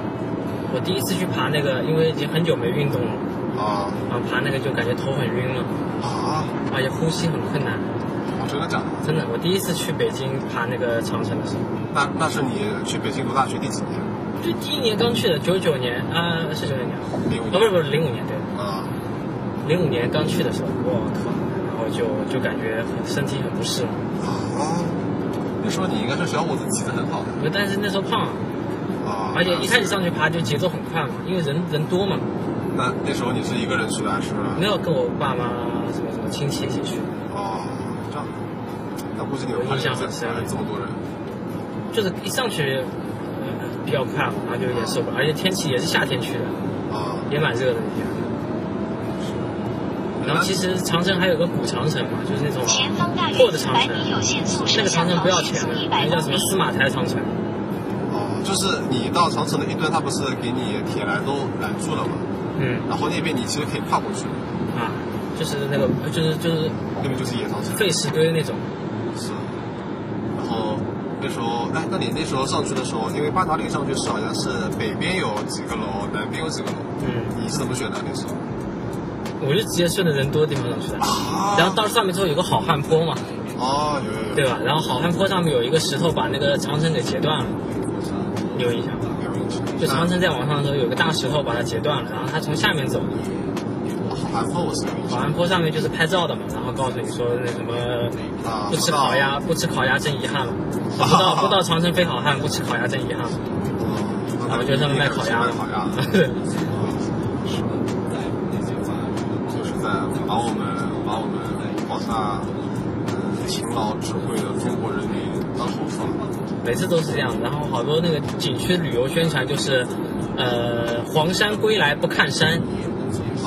Speaker 4: 我第一次去爬那个，因为已经很久没运动了，
Speaker 2: 啊
Speaker 4: 然后爬那个就感觉头很晕了，
Speaker 2: 啊！
Speaker 4: 而且呼吸很困难。
Speaker 2: 我真的假的？
Speaker 4: 真的，我第一次去北京爬那个长城的时候，
Speaker 2: 那那是你去北京读大学第几年？
Speaker 4: 就第一年刚去的，九九年啊、是九九年，哦
Speaker 2: 零五
Speaker 4: 不是
Speaker 2: 年
Speaker 4: 不是零五年对，
Speaker 2: 啊
Speaker 4: 零五年刚去的时候，我靠，然后就就感觉很身体很不适嘛，
Speaker 2: 啊！那时候你应该是小伙子骑得很好的
Speaker 4: 我但是那时候胖啊，
Speaker 2: 啊，
Speaker 4: 而且一开始上去爬就节奏很快嘛，因为人人多嘛，
Speaker 2: 那那时候你是一个人去的还是？
Speaker 4: 没有跟我爸妈什么什么亲戚一起去，
Speaker 2: 哦，这样。那估计你们班里
Speaker 4: 我印象很深
Speaker 2: 这么多人
Speaker 4: 就是一上去、呃、比较快嘛，然后就有点受不了，而且天气也是夏天去的，
Speaker 2: 啊，
Speaker 4: 也蛮热的那天。然后其实长城还有个古长城嘛，就是那种
Speaker 3: 前方大约
Speaker 4: 破的
Speaker 3: 四
Speaker 4: 长
Speaker 3: 百
Speaker 4: 城，
Speaker 3: 米有限速
Speaker 4: 那
Speaker 3: 摄
Speaker 4: 个
Speaker 3: 像
Speaker 4: 长城
Speaker 3: 头，
Speaker 4: 不要
Speaker 3: 限
Speaker 4: 钱
Speaker 3: 速
Speaker 4: 的，
Speaker 3: 一
Speaker 4: 那
Speaker 3: 百
Speaker 4: 个叫什
Speaker 3: 公
Speaker 4: 么
Speaker 3: 里。
Speaker 4: 司马台长城，
Speaker 2: 哦，就是你到长城的一端，它不是给你铁栏都拦住了吗？
Speaker 4: 嗯
Speaker 2: 然后那边你其实可以跨过去，
Speaker 4: 啊，就是那个就是就是
Speaker 2: 那边就是野长城。
Speaker 4: 废石堆那种，
Speaker 2: 是。然后那时候，哎，那你那时候上去的时候，因为八达岭上去是好像是北边有几个楼，南边有几个楼，
Speaker 4: 嗯，
Speaker 2: 你是怎么选的那时候？
Speaker 4: 我就直接顺着人多的地方上去的，
Speaker 2: 啊
Speaker 4: 然后到上面之后有个好汉坡嘛，
Speaker 2: 哦，有有有，
Speaker 4: 对吧？然后好汉坡上面有一个石头把那个长城给截断了，你有印象吗？
Speaker 2: 有印象。
Speaker 4: 就长城在往上的时候有个大石头把它截断了，然后它从下面走的，
Speaker 2: 好韩国我是有印
Speaker 4: 好
Speaker 2: 象
Speaker 4: 汉坡上面就是拍照的嘛，然后告诉你说那什么
Speaker 2: 啊，
Speaker 4: 不吃烤鸭，不吃烤鸭真遗 憾嘛。不到不到长城非好汉，不吃烤鸭真遗憾嘛。
Speaker 2: 嗯，
Speaker 4: 然后就上面卖烤鸭
Speaker 2: 卖烤鸭
Speaker 4: 嘛。
Speaker 2: 的，
Speaker 4: 对
Speaker 2: 就是在把我们把我们广大嗯勤劳智慧的中国人民当口说法。
Speaker 4: 每次都是这样。然后好多那个景区旅游宣传就是，呃，黄山归来不看山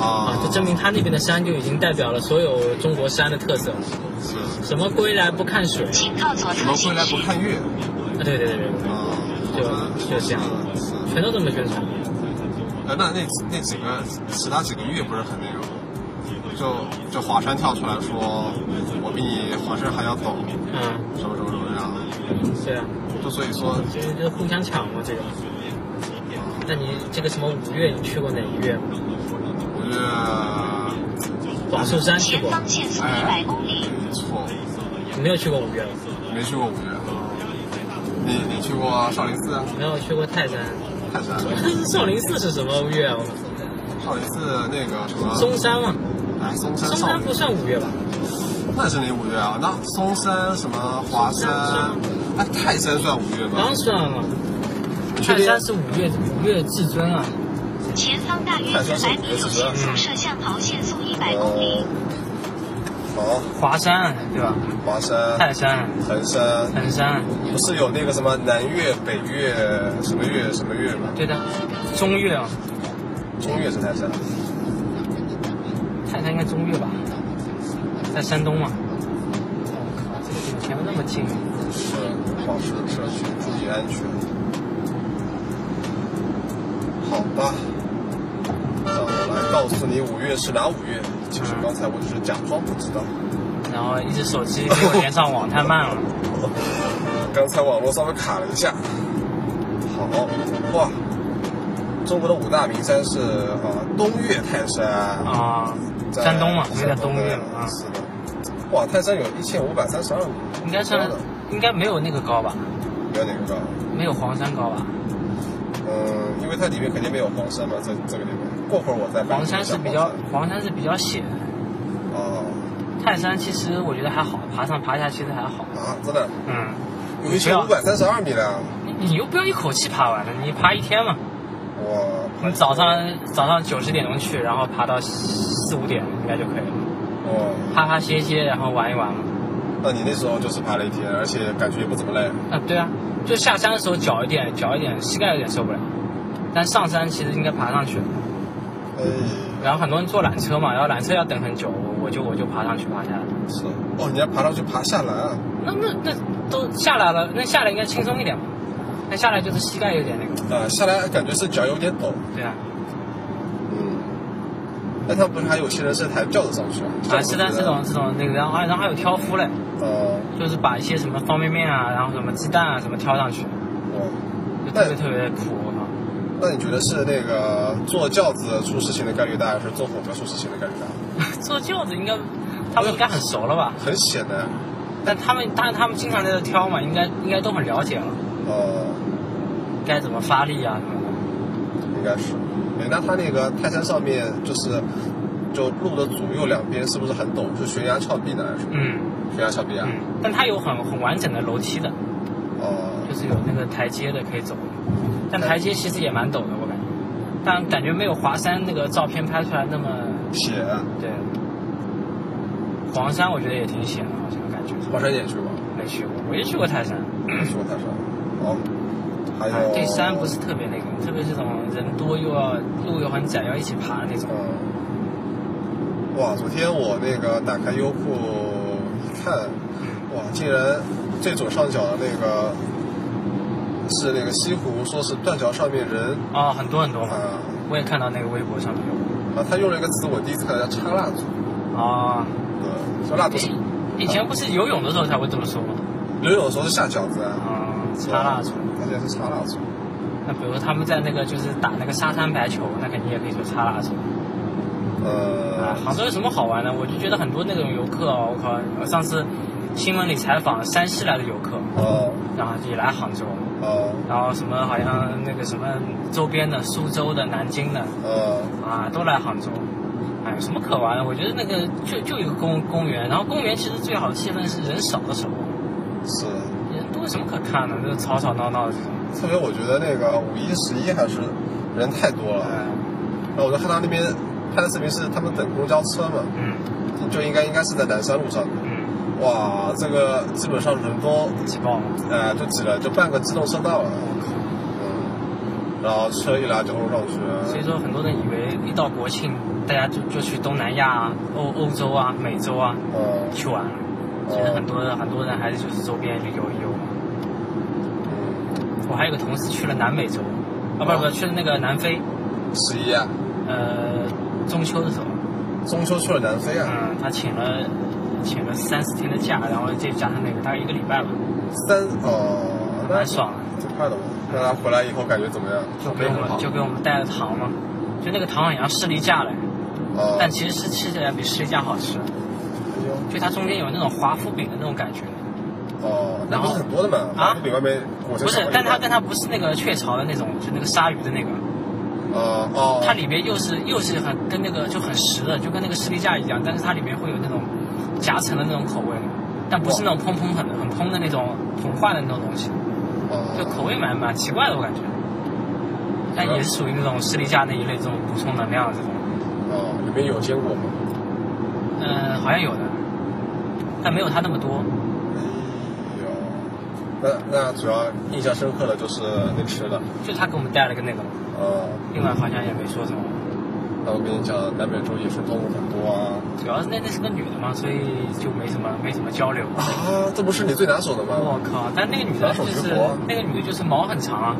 Speaker 4: 啊
Speaker 2: 啊，，
Speaker 4: 就证明他那边的山就已经代表了所有中国山的特色。
Speaker 2: 是
Speaker 4: 什么归来不看水
Speaker 3: 请靠左
Speaker 2: 什
Speaker 3: 侧
Speaker 2: 么归
Speaker 3: 行
Speaker 2: 来不
Speaker 3: 驶。
Speaker 2: 看月
Speaker 4: 啊？对对对对
Speaker 2: 啊，
Speaker 4: 对，就就这样，
Speaker 2: 是
Speaker 4: 全都这么宣传。
Speaker 2: 呃，那那几那几个其他几个月不是很那个吗？就就华山跳出来说，我比你华山还要懂，
Speaker 4: 嗯，
Speaker 2: 什么什么什么样？
Speaker 4: 对啊，
Speaker 2: 就所以说，
Speaker 4: 这就是互相抢嘛，这个。那你这个什么五月你去过哪一月？
Speaker 2: 我觉得
Speaker 4: 广寿山去
Speaker 3: 前
Speaker 4: 过，
Speaker 3: 方限速一百公里，
Speaker 2: 没错，
Speaker 4: 你没有去过五月，
Speaker 2: 没去过五岳。你你去过少林寺、
Speaker 4: 没有去过泰 山。
Speaker 2: 泰山？
Speaker 4: 少林寺是什么月啊？
Speaker 2: 少林寺那个什么？
Speaker 4: 嵩山嘛，
Speaker 2: 哎，嵩山
Speaker 4: 嵩
Speaker 2: 少
Speaker 4: 山
Speaker 2: 林
Speaker 4: 不算五月吧？
Speaker 2: 那是哪五岳啊？那嵩山什么华山？哎，泰山算五岳吗
Speaker 4: 当？然了，
Speaker 2: 你确
Speaker 4: 泰
Speaker 2: 定
Speaker 4: 山是五月五月至尊啊。
Speaker 2: 哎
Speaker 3: 前方大约一百米有限速摄像头限速一百公里
Speaker 2: 哦。，好，
Speaker 4: 华山啊对吧？
Speaker 2: 华山、
Speaker 4: 泰山、啊
Speaker 2: 衡山，
Speaker 4: 衡山，啊
Speaker 2: 不是有那个什么南岳、北岳、什么岳、什么岳吗？
Speaker 4: 对的，中岳啊，
Speaker 2: 中岳是泰山，
Speaker 4: 泰山应该中岳吧？在山东嘛。我靠，这个景前面那么近，
Speaker 2: 是保持社区注意安全。好吧，那我来告诉你五岳是哪五岳。其实刚才我只是假装不知道。
Speaker 4: 然后一只手机给我连上网，太慢了。
Speaker 2: 刚才网络稍微卡了一下。好，哇，中国的五大名山是啊、呃东岳泰山
Speaker 4: 啊、
Speaker 2: 在
Speaker 4: 山东嘛，没在
Speaker 2: 山
Speaker 4: 东岳嘛啊，
Speaker 2: 是的。哇，泰山有一千五百三十二米，
Speaker 4: 应该算
Speaker 2: 高的，
Speaker 4: 应该没有那个高吧？
Speaker 2: 没有哪个高？
Speaker 4: 没有黄山高吧？
Speaker 2: 嗯，因为它里面肯定没有黄山嘛，这这个里面。过会儿我再翻
Speaker 4: 黄山是比较黄山是比较险，
Speaker 2: 哦
Speaker 4: 泰山其实我觉得还好，爬上爬下其实还好。
Speaker 2: 啊，真的
Speaker 4: 嗯，
Speaker 2: 有一千五百三十二米了，
Speaker 4: 你你又不要一口气爬完了，你爬一天嘛。
Speaker 2: 哇！
Speaker 4: 你早上早上九十点钟去，然后爬到四五点应该就可以了，
Speaker 2: 哇，
Speaker 4: 爬爬歇歇，然后玩一玩嘛。
Speaker 2: 那你那时候就是爬了一天，而且感觉也不怎么累。
Speaker 4: 啊，对啊，就下山的时候脚有点脚有点膝盖有点受不了，但上山其实应该爬上去。
Speaker 2: 哎，
Speaker 4: 然后很多人坐缆车嘛，然后缆车要等很久，我我就我就爬上去爬下来。
Speaker 2: 是哦，你要爬上去爬下来啊？
Speaker 4: 那那那都下来了，那下来应该轻松一点嘛。那下来就是膝盖有点那个，
Speaker 2: 啊，下来感觉是脚有点抖。
Speaker 4: 对啊，
Speaker 2: 嗯，那哎他不是还有些人是抬轿子上去啊？
Speaker 4: 啊是的，这种这种那个，然后还然后还有挑夫嘞，
Speaker 2: 呃，
Speaker 4: 就是把一些什么方便面啊，然后什么鸡蛋啊什么挑上去，
Speaker 2: 哇，
Speaker 4: 就特别特别苦， 我靠。
Speaker 2: 那你觉得是那个坐轿子出事情的概率大，还是坐火车出事情的概率大？
Speaker 4: 坐轿子应该他们应该很熟了吧？
Speaker 2: 很显然，
Speaker 4: 但他们但他们经常在这挑嘛，应该应该都很了解了，
Speaker 2: 呃，
Speaker 4: 该怎么发力啊什么的。
Speaker 2: 应该是。哎，那它那个泰山上面就是，就路的左右两边是不是很陡？就悬崖峭壁的还是？
Speaker 4: 嗯
Speaker 2: 悬崖峭壁啊。
Speaker 4: 嗯，但它有很很完整的楼梯的，
Speaker 2: 哦、
Speaker 4: 就是有那个台阶的可以走，但台阶其实也蛮陡的，我感觉，但感觉没有华山那个照片拍出来那么
Speaker 2: 险。
Speaker 4: 对。黄山我觉得也挺险的，好像感觉
Speaker 2: 华山你也去过？
Speaker 4: 没去过，我也去过泰山，
Speaker 2: 没去过泰山。哦，还
Speaker 4: 哎
Speaker 2: 有。
Speaker 4: 对山不是。特别那个，特别是这种人多又要路又很窄，要一起爬的那种。
Speaker 2: 嗯，哇，昨天我那个打开优酷一看，哇，竟然最左上角的那个是那个西湖，说是断桥上面人
Speaker 4: 哦，很多很多
Speaker 2: 啊
Speaker 4: 嘛，我也看到那个微博上面有。
Speaker 2: 啊，他用了一个词，我第一次看到叫插蜡烛，
Speaker 4: 哦，
Speaker 2: 对，说蜡烛是
Speaker 4: 以前不是游泳的时候才会这么说吗？
Speaker 2: 游泳的时候是下饺子啊，
Speaker 4: 啊、插蜡烛。
Speaker 2: 他竟然是插蜡烛，
Speaker 4: 那比如他们在那个就是打那个沙滩排球，那肯定也可以说插蜡烛。啊
Speaker 2: 呃，，
Speaker 4: 杭州有什么好玩的？我就觉得很多那种游客哦，我靠！我上次新闻里采访山西来的游客，
Speaker 2: 哦
Speaker 4: 然后也来杭州，
Speaker 2: 哦
Speaker 4: 然后什么好像那个什么周边的苏州的、南京的
Speaker 2: 呃，
Speaker 4: 啊，都来杭州。哎，有什么可玩的？我觉得那个就就一个公公园，然后公园其实最好的气氛是人少的时候，
Speaker 2: 是，
Speaker 4: 人多有什么可看的？就是吵吵闹闹的这种。
Speaker 2: 特别我觉得那个五一十一还是人太多了，然后我就看到那边拍的视频是他们等公交车嘛。
Speaker 4: 嗯
Speaker 2: 就应该应该是在南山路上的，
Speaker 4: 嗯，
Speaker 2: 哇，这个基本上轮沟
Speaker 1: 挤爆了。
Speaker 2: 呃就挤了就半个机动车道了，嗯，然后车一来就轰上去
Speaker 4: 所以
Speaker 2: 了，
Speaker 4: 说，很多人以为一到国庆，大家就就去东南亚啊、欧欧洲啊、美洲啊
Speaker 2: 哦、
Speaker 4: 去玩了。其实很多人很多人还是就是周边旅游一游。我还有个同事去了南美洲，啊不是不是去了那个南非，
Speaker 2: 十一啊，
Speaker 4: 呃中秋的时候，
Speaker 2: 中秋去了南非啊，
Speaker 4: 嗯，他请了请了三四天的假，然后再加上那个大概一个礼拜吧，
Speaker 2: 三哦，那
Speaker 4: 蛮爽的。
Speaker 2: 挺快的嘛。那他回来以后感觉怎么样？
Speaker 4: 就给我们就给我们带了糖嘛，就那个糖很像士力架嘞，
Speaker 2: 哦，
Speaker 4: 但其实是吃起来比士力架好吃，就它中间有那种华夫饼的那种感觉。
Speaker 2: 哦，那
Speaker 4: 然
Speaker 2: 不
Speaker 4: 后
Speaker 2: 是很多的嘛，
Speaker 4: 啊
Speaker 2: 你外面裹成
Speaker 4: 不是
Speaker 2: 小，
Speaker 4: 但它
Speaker 2: 礼
Speaker 4: 但它不是那个雀巢的那种，就那个鲨鱼的那个，
Speaker 2: 包哦哦，
Speaker 4: 它里面又是又是很跟那个就很实的，就跟那个士力架一样，但是它里面会有那种夹层的那种口味，但不是那种蓬蓬很很蓬的那种膨化的那种东西，
Speaker 2: 哦
Speaker 4: 就口味蛮蛮奇怪的我感觉，但也是属于那种士力架那一类这种补充能量的这种，
Speaker 2: 哦，里面有坚果吗？
Speaker 4: 嗯、好像有的，但没有它那么多。
Speaker 2: 有。哎那那主要印象深刻的就是那吃的，
Speaker 4: 就他给我们带了个那个，
Speaker 2: 呃，
Speaker 4: 另外好像也没说什么。
Speaker 2: 那我跟你讲，南美洲野生动物很多啊。
Speaker 4: 主要是那那是个女的嘛，所以就没什么没什么交流。
Speaker 2: 啊，这不是你最拿手的
Speaker 4: 我
Speaker 2: 吗？
Speaker 4: 靠！但那个女的就是那个女的，就是毛很长啊，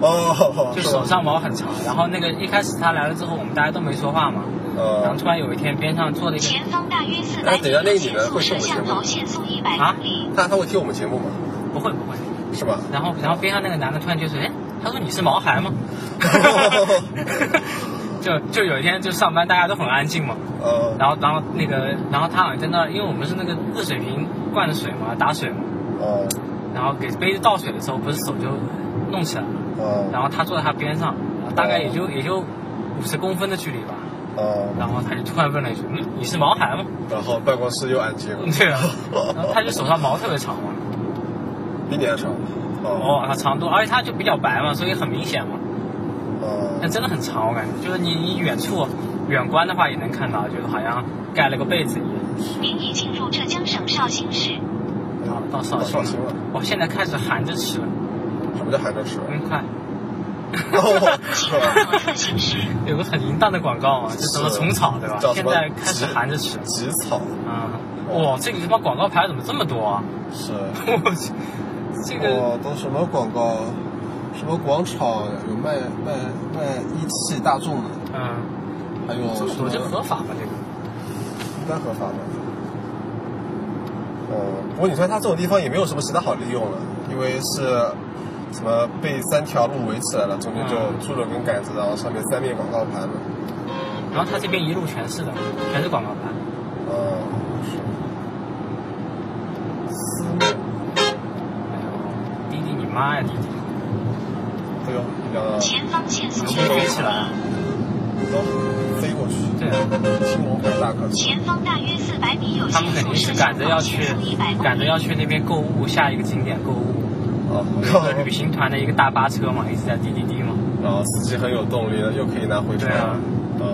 Speaker 2: 哦，
Speaker 4: 就是
Speaker 2: 吧
Speaker 4: 手上毛很长。然后那个一开始她来了之后，我们大家都没说话嘛。然
Speaker 2: 呃
Speaker 4: 后，突然有一天，边上坐了一个
Speaker 3: 前方大约四
Speaker 2: 哎
Speaker 3: 百
Speaker 2: 等
Speaker 3: 米
Speaker 2: 一下那个
Speaker 3: 的
Speaker 2: 女
Speaker 3: 限
Speaker 2: 的
Speaker 3: 速
Speaker 2: 会送我
Speaker 3: 摄
Speaker 2: 钱
Speaker 3: 像
Speaker 2: 吗
Speaker 3: 头限速一百
Speaker 4: 啊
Speaker 3: 公里。
Speaker 2: 他他会听我们节目吗？
Speaker 4: 不会不会，
Speaker 2: 是 吧？
Speaker 4: 然后然后边上那个男的突然就说：“哎，他说你是毛孩吗？” 就就有一天就上班，大家都很安静嘛。
Speaker 2: 呃，
Speaker 4: 然后然后那个然后他好像在那，因为我们是那个热水瓶灌的水嘛，打水嘛。
Speaker 2: 哦，
Speaker 4: 然后给杯子倒水的时候，不是手就弄起来了，
Speaker 2: 哦，
Speaker 4: 然后他坐在他边上，大概也就也就五十公分的距离吧，
Speaker 2: 哦，
Speaker 4: 然后他就突然问了一句：“嗯，你是毛孩吗
Speaker 2: 然后办公室又安静，？”
Speaker 4: 对啊，然后 他就手上毛特别长嘛，
Speaker 2: 比你还长。哦，
Speaker 4: 哦，他长度，而且他就比较白嘛，所以很明显嘛，但
Speaker 2: 哦，
Speaker 4: 真的很长，我感觉，就是你你远处啊远观的话也能看到，就是好像盖了个被子一样。
Speaker 3: 您已进入浙江省绍兴市。
Speaker 4: 然后到绍兴
Speaker 2: 绍兴了，
Speaker 4: 我现在开始含着吃了，
Speaker 2: 什么叫含着 吃？
Speaker 4: 嗯，快，
Speaker 2: 哦，
Speaker 3: 请
Speaker 2: 是
Speaker 3: 看
Speaker 2: 吧？
Speaker 3: 左侧行驶。
Speaker 4: 有个很淫荡的广告嘛，就什么虫草对吧
Speaker 2: 叫？什
Speaker 4: 现
Speaker 2: 么
Speaker 4: 在开始含着吃。
Speaker 2: 吉草
Speaker 4: 啊，哇，这个他妈广告牌怎么这么多啊？
Speaker 2: 是。
Speaker 4: 我去，这个
Speaker 2: 哦，都什么广告？什么广场有卖卖卖一汽大众的，
Speaker 4: 嗯，
Speaker 2: 还有
Speaker 4: 这么
Speaker 2: 什
Speaker 4: 多，
Speaker 2: 么
Speaker 4: 这合法吗？这个
Speaker 2: 应该合法吧？呃，不过你说它这种地方也没有什么其他好利用了，因为是什么被三条路围起来了，中间就
Speaker 4: 嗯
Speaker 2: 柱了根杆子，然后上面三面广告牌嘛。
Speaker 4: 然后他这边一路全是的，全是广告牌。
Speaker 2: 呃，是。
Speaker 4: 哎呦，弟弟你妈呀，弟弟，
Speaker 2: 哎呦，两
Speaker 4: 哦
Speaker 2: 个
Speaker 3: 前方限速
Speaker 4: 能
Speaker 3: 一
Speaker 4: 不能
Speaker 3: 百
Speaker 4: 飞起来啊
Speaker 3: 公里。？
Speaker 2: 都飞过去，
Speaker 4: 对啊，
Speaker 2: 青龙白大客车。
Speaker 3: 前方大约四百米有
Speaker 4: 他
Speaker 3: 限
Speaker 4: 们肯
Speaker 3: 速
Speaker 4: 定是
Speaker 3: 摄
Speaker 4: 赶
Speaker 3: 像
Speaker 4: 着要
Speaker 3: 头
Speaker 4: 去
Speaker 3: 限速一百，公
Speaker 4: 赶着
Speaker 3: 里。
Speaker 4: 要去那边购物，下一个景点购物。
Speaker 2: 哦，
Speaker 4: 有一个旅行团的一个大巴车嘛，一直在滴滴滴嘛。
Speaker 2: 然后司机很有动力的，又可以拿回车。
Speaker 4: 对啊
Speaker 2: 呃，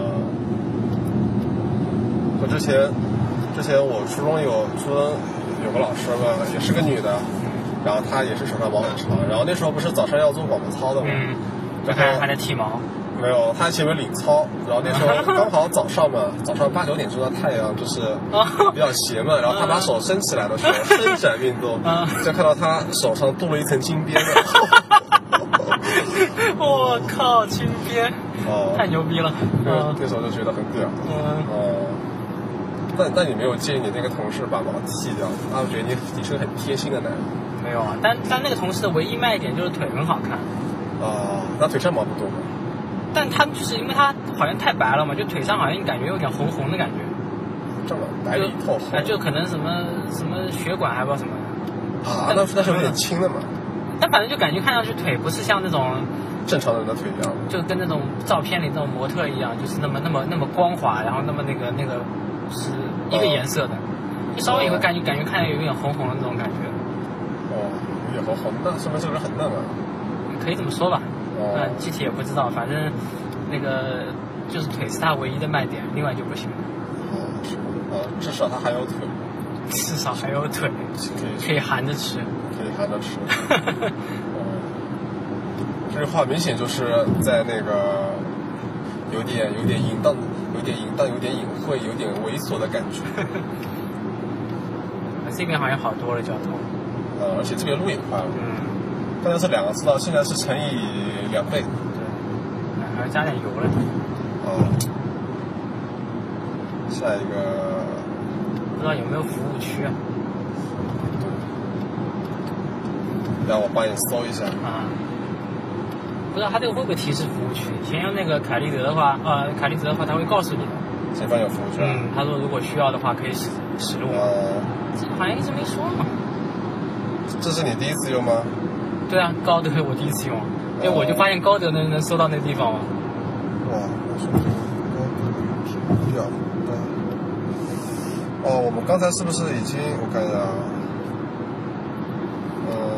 Speaker 2: 我之前之前我初中有初中有个老师嘛，也是个女的，
Speaker 4: 嗯
Speaker 2: 然后她也是手上毛很长，然后那时候不是早上要做广播操的嘛，
Speaker 4: 嗯，
Speaker 2: 然
Speaker 4: 还
Speaker 2: 后
Speaker 4: 还在剃毛。
Speaker 2: 没有，她前面领操，然后那时候刚好早上嘛，早上八九点钟的太阳就是
Speaker 4: 哦
Speaker 2: 比较邪嘛，然后她把手伸起来的时候，伸展运 动
Speaker 4: 嗯，
Speaker 2: 就看到她手上镀了一层金边的，
Speaker 4: 我靠，金边，
Speaker 2: 哦，
Speaker 4: 太牛逼了。
Speaker 2: 那
Speaker 4: 嗯
Speaker 2: 那时候就觉得很屌。
Speaker 4: 嗯。
Speaker 2: 哦，但但你没有建议你那个同事把毛剃掉，啊，我觉得你你是个很贴心的男人。
Speaker 4: 没有啊，但但那个同事的唯一卖点就是腿很好看，
Speaker 2: 哦，那腿上毛不多吗？
Speaker 4: 但他就是因为他好像太白了嘛，就腿上好像感觉有点红红的感觉，
Speaker 2: 这么白里透
Speaker 4: 就
Speaker 2: 红
Speaker 4: 哎、就可能什么什么血管还不知道什么的，
Speaker 2: 啊，那那是
Speaker 4: 嗯
Speaker 2: 有点轻的嘛，
Speaker 4: 但反正就感觉看上去腿不是像那种
Speaker 2: 正常人的腿一样。
Speaker 4: 就跟那种照片里那种模特一样，就是那么那么那么光滑，然后那么那个那个是一
Speaker 2: 哦
Speaker 4: 个颜色的，就稍微有个感觉感觉看着有点红红的那种感觉，
Speaker 2: 哦，也好好，那说明这个人很嫩啊。
Speaker 4: 可以这么说吧，
Speaker 2: 哦
Speaker 4: 嗯，具体也不知道，反正那个就是腿是他唯一的卖点，另外就不行了。
Speaker 2: 哦哦，是啊，至少他还有腿。
Speaker 4: 至少还有腿，
Speaker 2: 可以
Speaker 4: 可以含着吃。
Speaker 2: 可以含着吃。哦这句话明显就是在那个有点有点淫荡、有点淫荡、有点隐晦、有点猥琐的感觉。
Speaker 4: 这边好像好多了，交通。
Speaker 2: 呃，而且这边路也宽，
Speaker 4: 嗯，
Speaker 2: 刚才是两个车道，现在是乘以两倍。
Speaker 4: 对，还要加点油了。
Speaker 2: 嗯，下一个，
Speaker 4: 不知道有没有服务区啊？
Speaker 2: 让我帮你搜一下。
Speaker 4: 啊，不知道它这个会不会提示服务区？先用那个凯立德的话，呃，凯立德的话，它会告诉你的。
Speaker 2: 前方有服务区啊。
Speaker 4: 嗯，他说如果需要的话可以使使用。
Speaker 2: 呃，
Speaker 4: 这好像一直没说嘛。
Speaker 2: 这是你第一次用吗？
Speaker 4: 对啊，高德我第一次用，因为我就发现高德能能搜到那个地方嘛。
Speaker 2: 哇，我说这个哦，我们刚才是不是已经？我看一下啊，呃，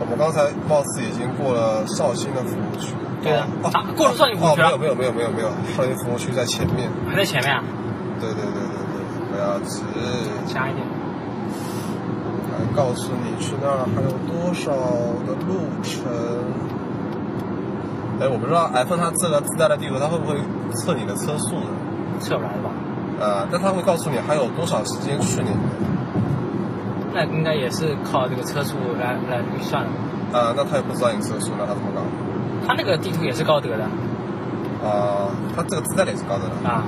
Speaker 2: 我们刚才貌似已经过了绍兴的服务区。
Speaker 4: 对的
Speaker 2: 哦
Speaker 4: 啊过了绍兴服务区
Speaker 2: 哦
Speaker 4: 了
Speaker 2: 没有没有没有没有没有，绍兴服务区在前面。
Speaker 4: 还在前面啊，
Speaker 2: 对对对对对，不要急，
Speaker 4: 加一点。
Speaker 2: 来告诉你去那儿还有多少的路程。哎，我不知道 iPhone 它自带自带的地图，它会不会测你的车速呢？
Speaker 4: 测不来吧？
Speaker 2: 呃，但它会告诉你还有多少时间去那边。
Speaker 4: 那应该也是靠这个车速来来预算的。
Speaker 2: 啊、那他也不知道你车速，那他怎么搞？
Speaker 4: 它那个地图也是高德的
Speaker 2: 啊、他这个自带也是高的了。
Speaker 4: 啊，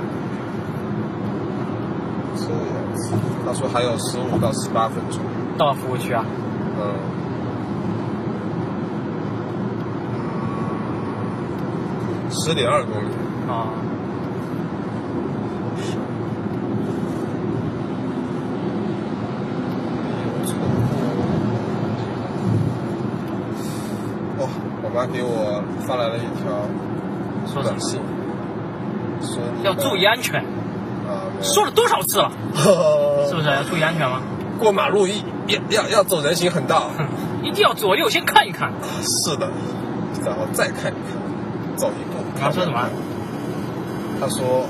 Speaker 2: 是的他说还有十五到十八分钟。
Speaker 4: 到服务区啊。
Speaker 2: 嗯。嗯十点二公里。
Speaker 4: 啊，
Speaker 2: 哦，我妈给我发来了一条
Speaker 4: 说什
Speaker 2: 短
Speaker 4: 么？
Speaker 2: 信，说你
Speaker 4: 要注意安全。
Speaker 2: 啊，没有
Speaker 4: 说了多少次了？是不是要注意安全吗？
Speaker 2: 过马路一要要要走人行横 道。啊
Speaker 4: 一定要左右先看一看。
Speaker 2: 是的，然后再看一看，走一步。
Speaker 4: 他说什么？啊
Speaker 2: 他说：“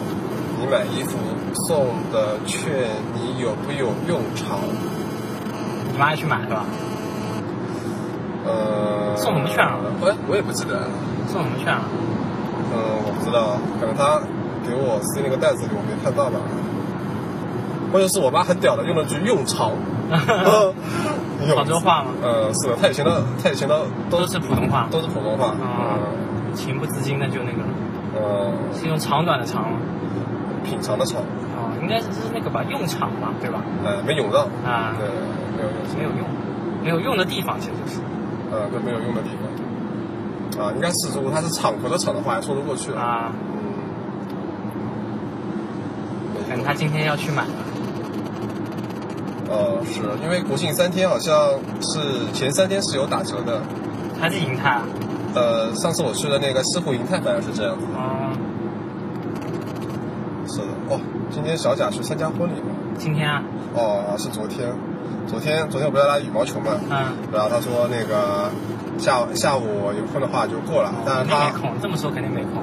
Speaker 2: 你买衣服送的券，你有不有用场？
Speaker 4: 你妈也去买是吧？
Speaker 2: 呃，
Speaker 4: 送什么券啊
Speaker 2: 我我也不记得了。
Speaker 4: 送什么券啊？
Speaker 2: 嗯，我不知道，可能他给我塞那个袋子里，我没看到吧。关键是我妈很屌的，用了句‘用 场’，用
Speaker 4: 广州话吗？
Speaker 2: 呃，是的，他以前的他以前的都
Speaker 4: 都是普通话，
Speaker 2: 都是普通话。
Speaker 4: 啊情不自禁的就那个了，
Speaker 2: 嗯，呃，
Speaker 4: 是用长短的长吗？
Speaker 2: 品尝的尝，
Speaker 4: 哦，应该是是那个吧，用场嘛，对吧？
Speaker 2: 呃，没涌到，
Speaker 4: 啊
Speaker 2: 对，，没有用场。
Speaker 4: 没有用，没有用的地方其实是
Speaker 2: 呃，都没有用的地方。啊，应该是如果它是场合的场的话，还说得过去了。
Speaker 4: 啊，可能他今天要去买了，
Speaker 2: 呃，是因为国庆三天好像是前三天是有打折的。
Speaker 4: 还是银泰啊？
Speaker 2: 呃，上次我去的那个西湖银泰反而是这样子。
Speaker 4: 哦，
Speaker 2: 是的，哦，今天小贾去参加婚礼了。
Speaker 4: 今天啊，
Speaker 2: 哦，是昨天，昨天昨天我不是要打羽毛球嘛，
Speaker 4: 嗯，
Speaker 2: 然后他说那个下午下午有空的话就过来，但是
Speaker 4: 肯定没
Speaker 2: 呃他，
Speaker 4: 空，这么说肯定没空，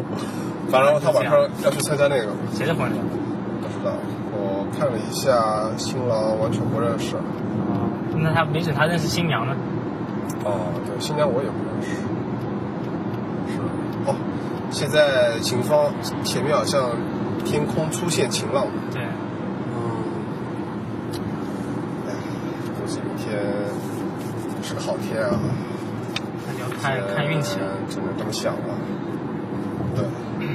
Speaker 2: 反正他晚上要去参加那个。
Speaker 4: 谁的婚礼？
Speaker 2: 不知道，我看了一下新郎，完全不认识。
Speaker 4: 哦，那他没准他认识新娘呢，
Speaker 2: 哦，对，新娘我也不认识。是。哦，现在前方前面好像天空出现晴朗。
Speaker 4: 对，
Speaker 2: 嗯。哎，估计明天是个好天啊。
Speaker 4: 那就看看运气了。
Speaker 2: 呃只能这么想了。对。哎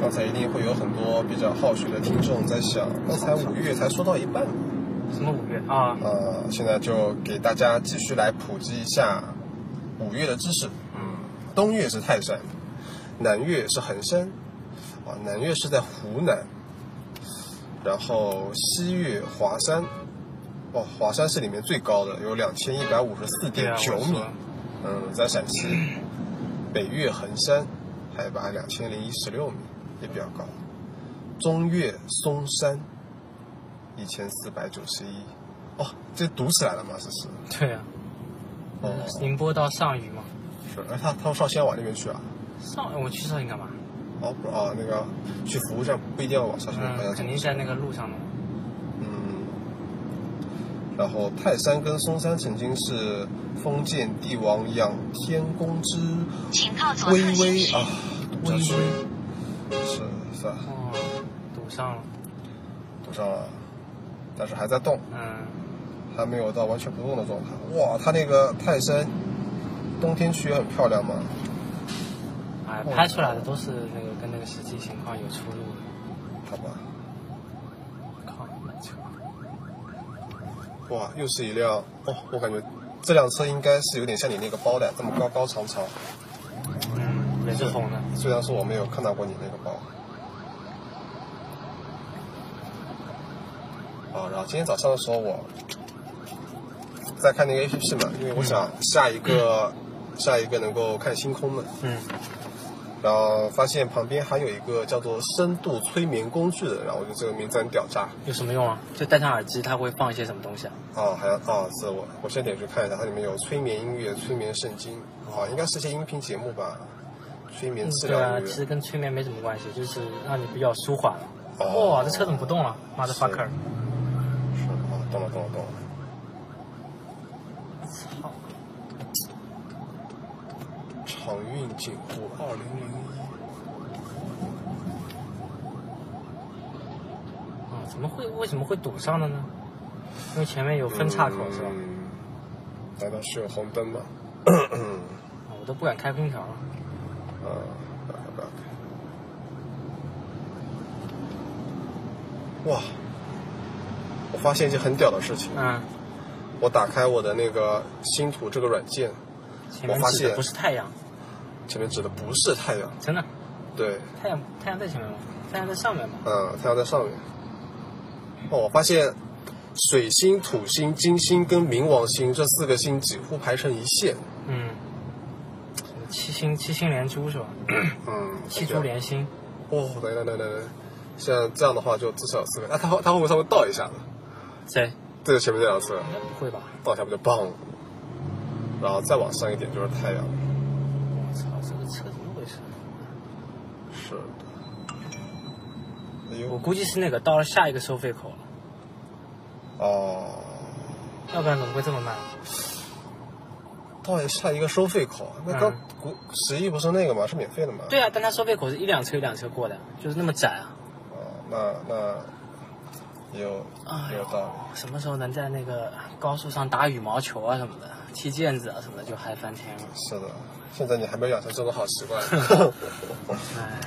Speaker 2: 刚才一定会有很多比较好学的听众在想，刚才五月才说到一半。
Speaker 4: 什么五月啊？
Speaker 2: 呃，现在就给大家继续来普及一下五岳的知识。嗯，东岳是泰山，南岳是衡山，啊，南岳是在湖南，然后西岳华山，哦，华山是里面最高的，有两千一百五十四
Speaker 4: 对
Speaker 2: 点
Speaker 4: 啊，
Speaker 2: 九
Speaker 4: 我
Speaker 2: 米
Speaker 4: 说，
Speaker 2: 嗯，在陕西。北岳衡山，海拔两千零一十六米，也比较高。中岳嵩山，一千四百九十一。哦，这读起来了吗？这是。
Speaker 4: 对啊，
Speaker 2: 哦，
Speaker 4: 嗯宁波到上虞嘛，
Speaker 2: 是。哎，他他们上西安往那边去啊？
Speaker 4: 上我去上虞干嘛？
Speaker 2: 啊、哦不哦那个去服务站不一定要往下山的方向
Speaker 4: 嗯，
Speaker 2: 走
Speaker 4: 肯，定是在那个路上的。
Speaker 2: 嗯，然后泰山跟嵩山曾经是封建帝王仰天宫之
Speaker 3: 请靠左
Speaker 2: 巍
Speaker 3: 侧行
Speaker 2: 巍
Speaker 3: 驶。
Speaker 2: 啊，这属于是是吧？
Speaker 4: 哦，堵上了，
Speaker 2: 堵上了，但是还在动，
Speaker 4: 嗯，
Speaker 2: 还没有到完全不动的状态。哇，它那个泰山冬天去也很漂亮嘛，
Speaker 4: 哎，拍出来的都是那个跟那个实际情况有出入的。
Speaker 2: 好吧？
Speaker 4: 靠，
Speaker 2: 哇，又是一辆哦，我感觉这辆车应该是有点像你那个包的，这么高高长长。
Speaker 4: 嗯，也是红的，
Speaker 2: 虽然说我没有看到过你那个包。啊，然后今天早上的时候我在看那个 APP 嘛，因为我想下一个、下一个能够看星空的，
Speaker 4: 嗯，
Speaker 2: 然后发现旁边还有一个叫做深度催眠工具的，然后我觉得这个名字很屌炸。
Speaker 4: 有什么用啊？就戴上耳机，它会放一些什么东西啊？
Speaker 2: 哦，还有哦，是我我现在点去看一下，它里面有催眠音乐、催眠圣经，哦，应该是一些音频节目吧，催眠治
Speaker 4: 对
Speaker 2: 疗
Speaker 4: 啊，
Speaker 2: 音
Speaker 4: 其
Speaker 2: 乐。
Speaker 4: 实跟催眠没什么关系，就是让你比较舒缓。哇、
Speaker 2: 哦
Speaker 4: 这车怎么不动啊？Motherfucker！
Speaker 2: 是哦，懂了懂了懂了。操！长运景湖二零零一，
Speaker 4: 啊、怎么会为什么会堵上了呢？因为前面有分岔口、是吧？
Speaker 2: 嗯难道是有红灯吗？
Speaker 4: 啊我都不敢开空调了。
Speaker 2: 啊，不要开不要开哇！我发现一件很屌的事情，
Speaker 4: 嗯，
Speaker 2: 我打开我的那个星图这个软件，
Speaker 4: 前
Speaker 2: 我
Speaker 4: 面
Speaker 2: 发
Speaker 4: 指的
Speaker 2: 现
Speaker 4: 不是太阳，
Speaker 2: 前面指的不是太阳，
Speaker 4: 真的，
Speaker 2: 对，
Speaker 4: 太阳太阳在前面吗？太阳在上面吗？
Speaker 2: 嗯，太阳在上面。哦，我发现水星、土星、金星跟冥王星这四个星几乎排成一线。
Speaker 4: 嗯，七星七星连珠是吧？
Speaker 2: 嗯，
Speaker 4: 七珠连星，
Speaker 2: 哦，来来来来来，像这样的话就至少有四个。那、啊它会它会不会稍微倒一下呢？
Speaker 4: 谁？
Speaker 2: 对着前面这辆车
Speaker 4: 应该不会吧？
Speaker 2: 倒一下不就棒了？然后再往上一点就是太阳。
Speaker 4: 我操，这个车怎么回事？
Speaker 2: 是的。哎
Speaker 4: 我
Speaker 2: 呦，
Speaker 4: 估计是那个到了下一个收费口了，
Speaker 2: 哦，
Speaker 4: 要不然怎么会这么慢？
Speaker 2: 到了下一个收费口，那刚国十一不是那个吗？是免费的吗？
Speaker 4: 对啊，但它收费口是一辆车一辆车过的，就是那么窄啊。
Speaker 2: 哦，那那有
Speaker 4: 哎
Speaker 2: 有
Speaker 4: 呦
Speaker 2: 道理。
Speaker 4: 什么时候能在那个高速上打羽毛球啊什么的，踢毽子啊什么的就嗨翻天了。
Speaker 2: 是的，现在你还没有养成这种好习 惯。
Speaker 4: 唉，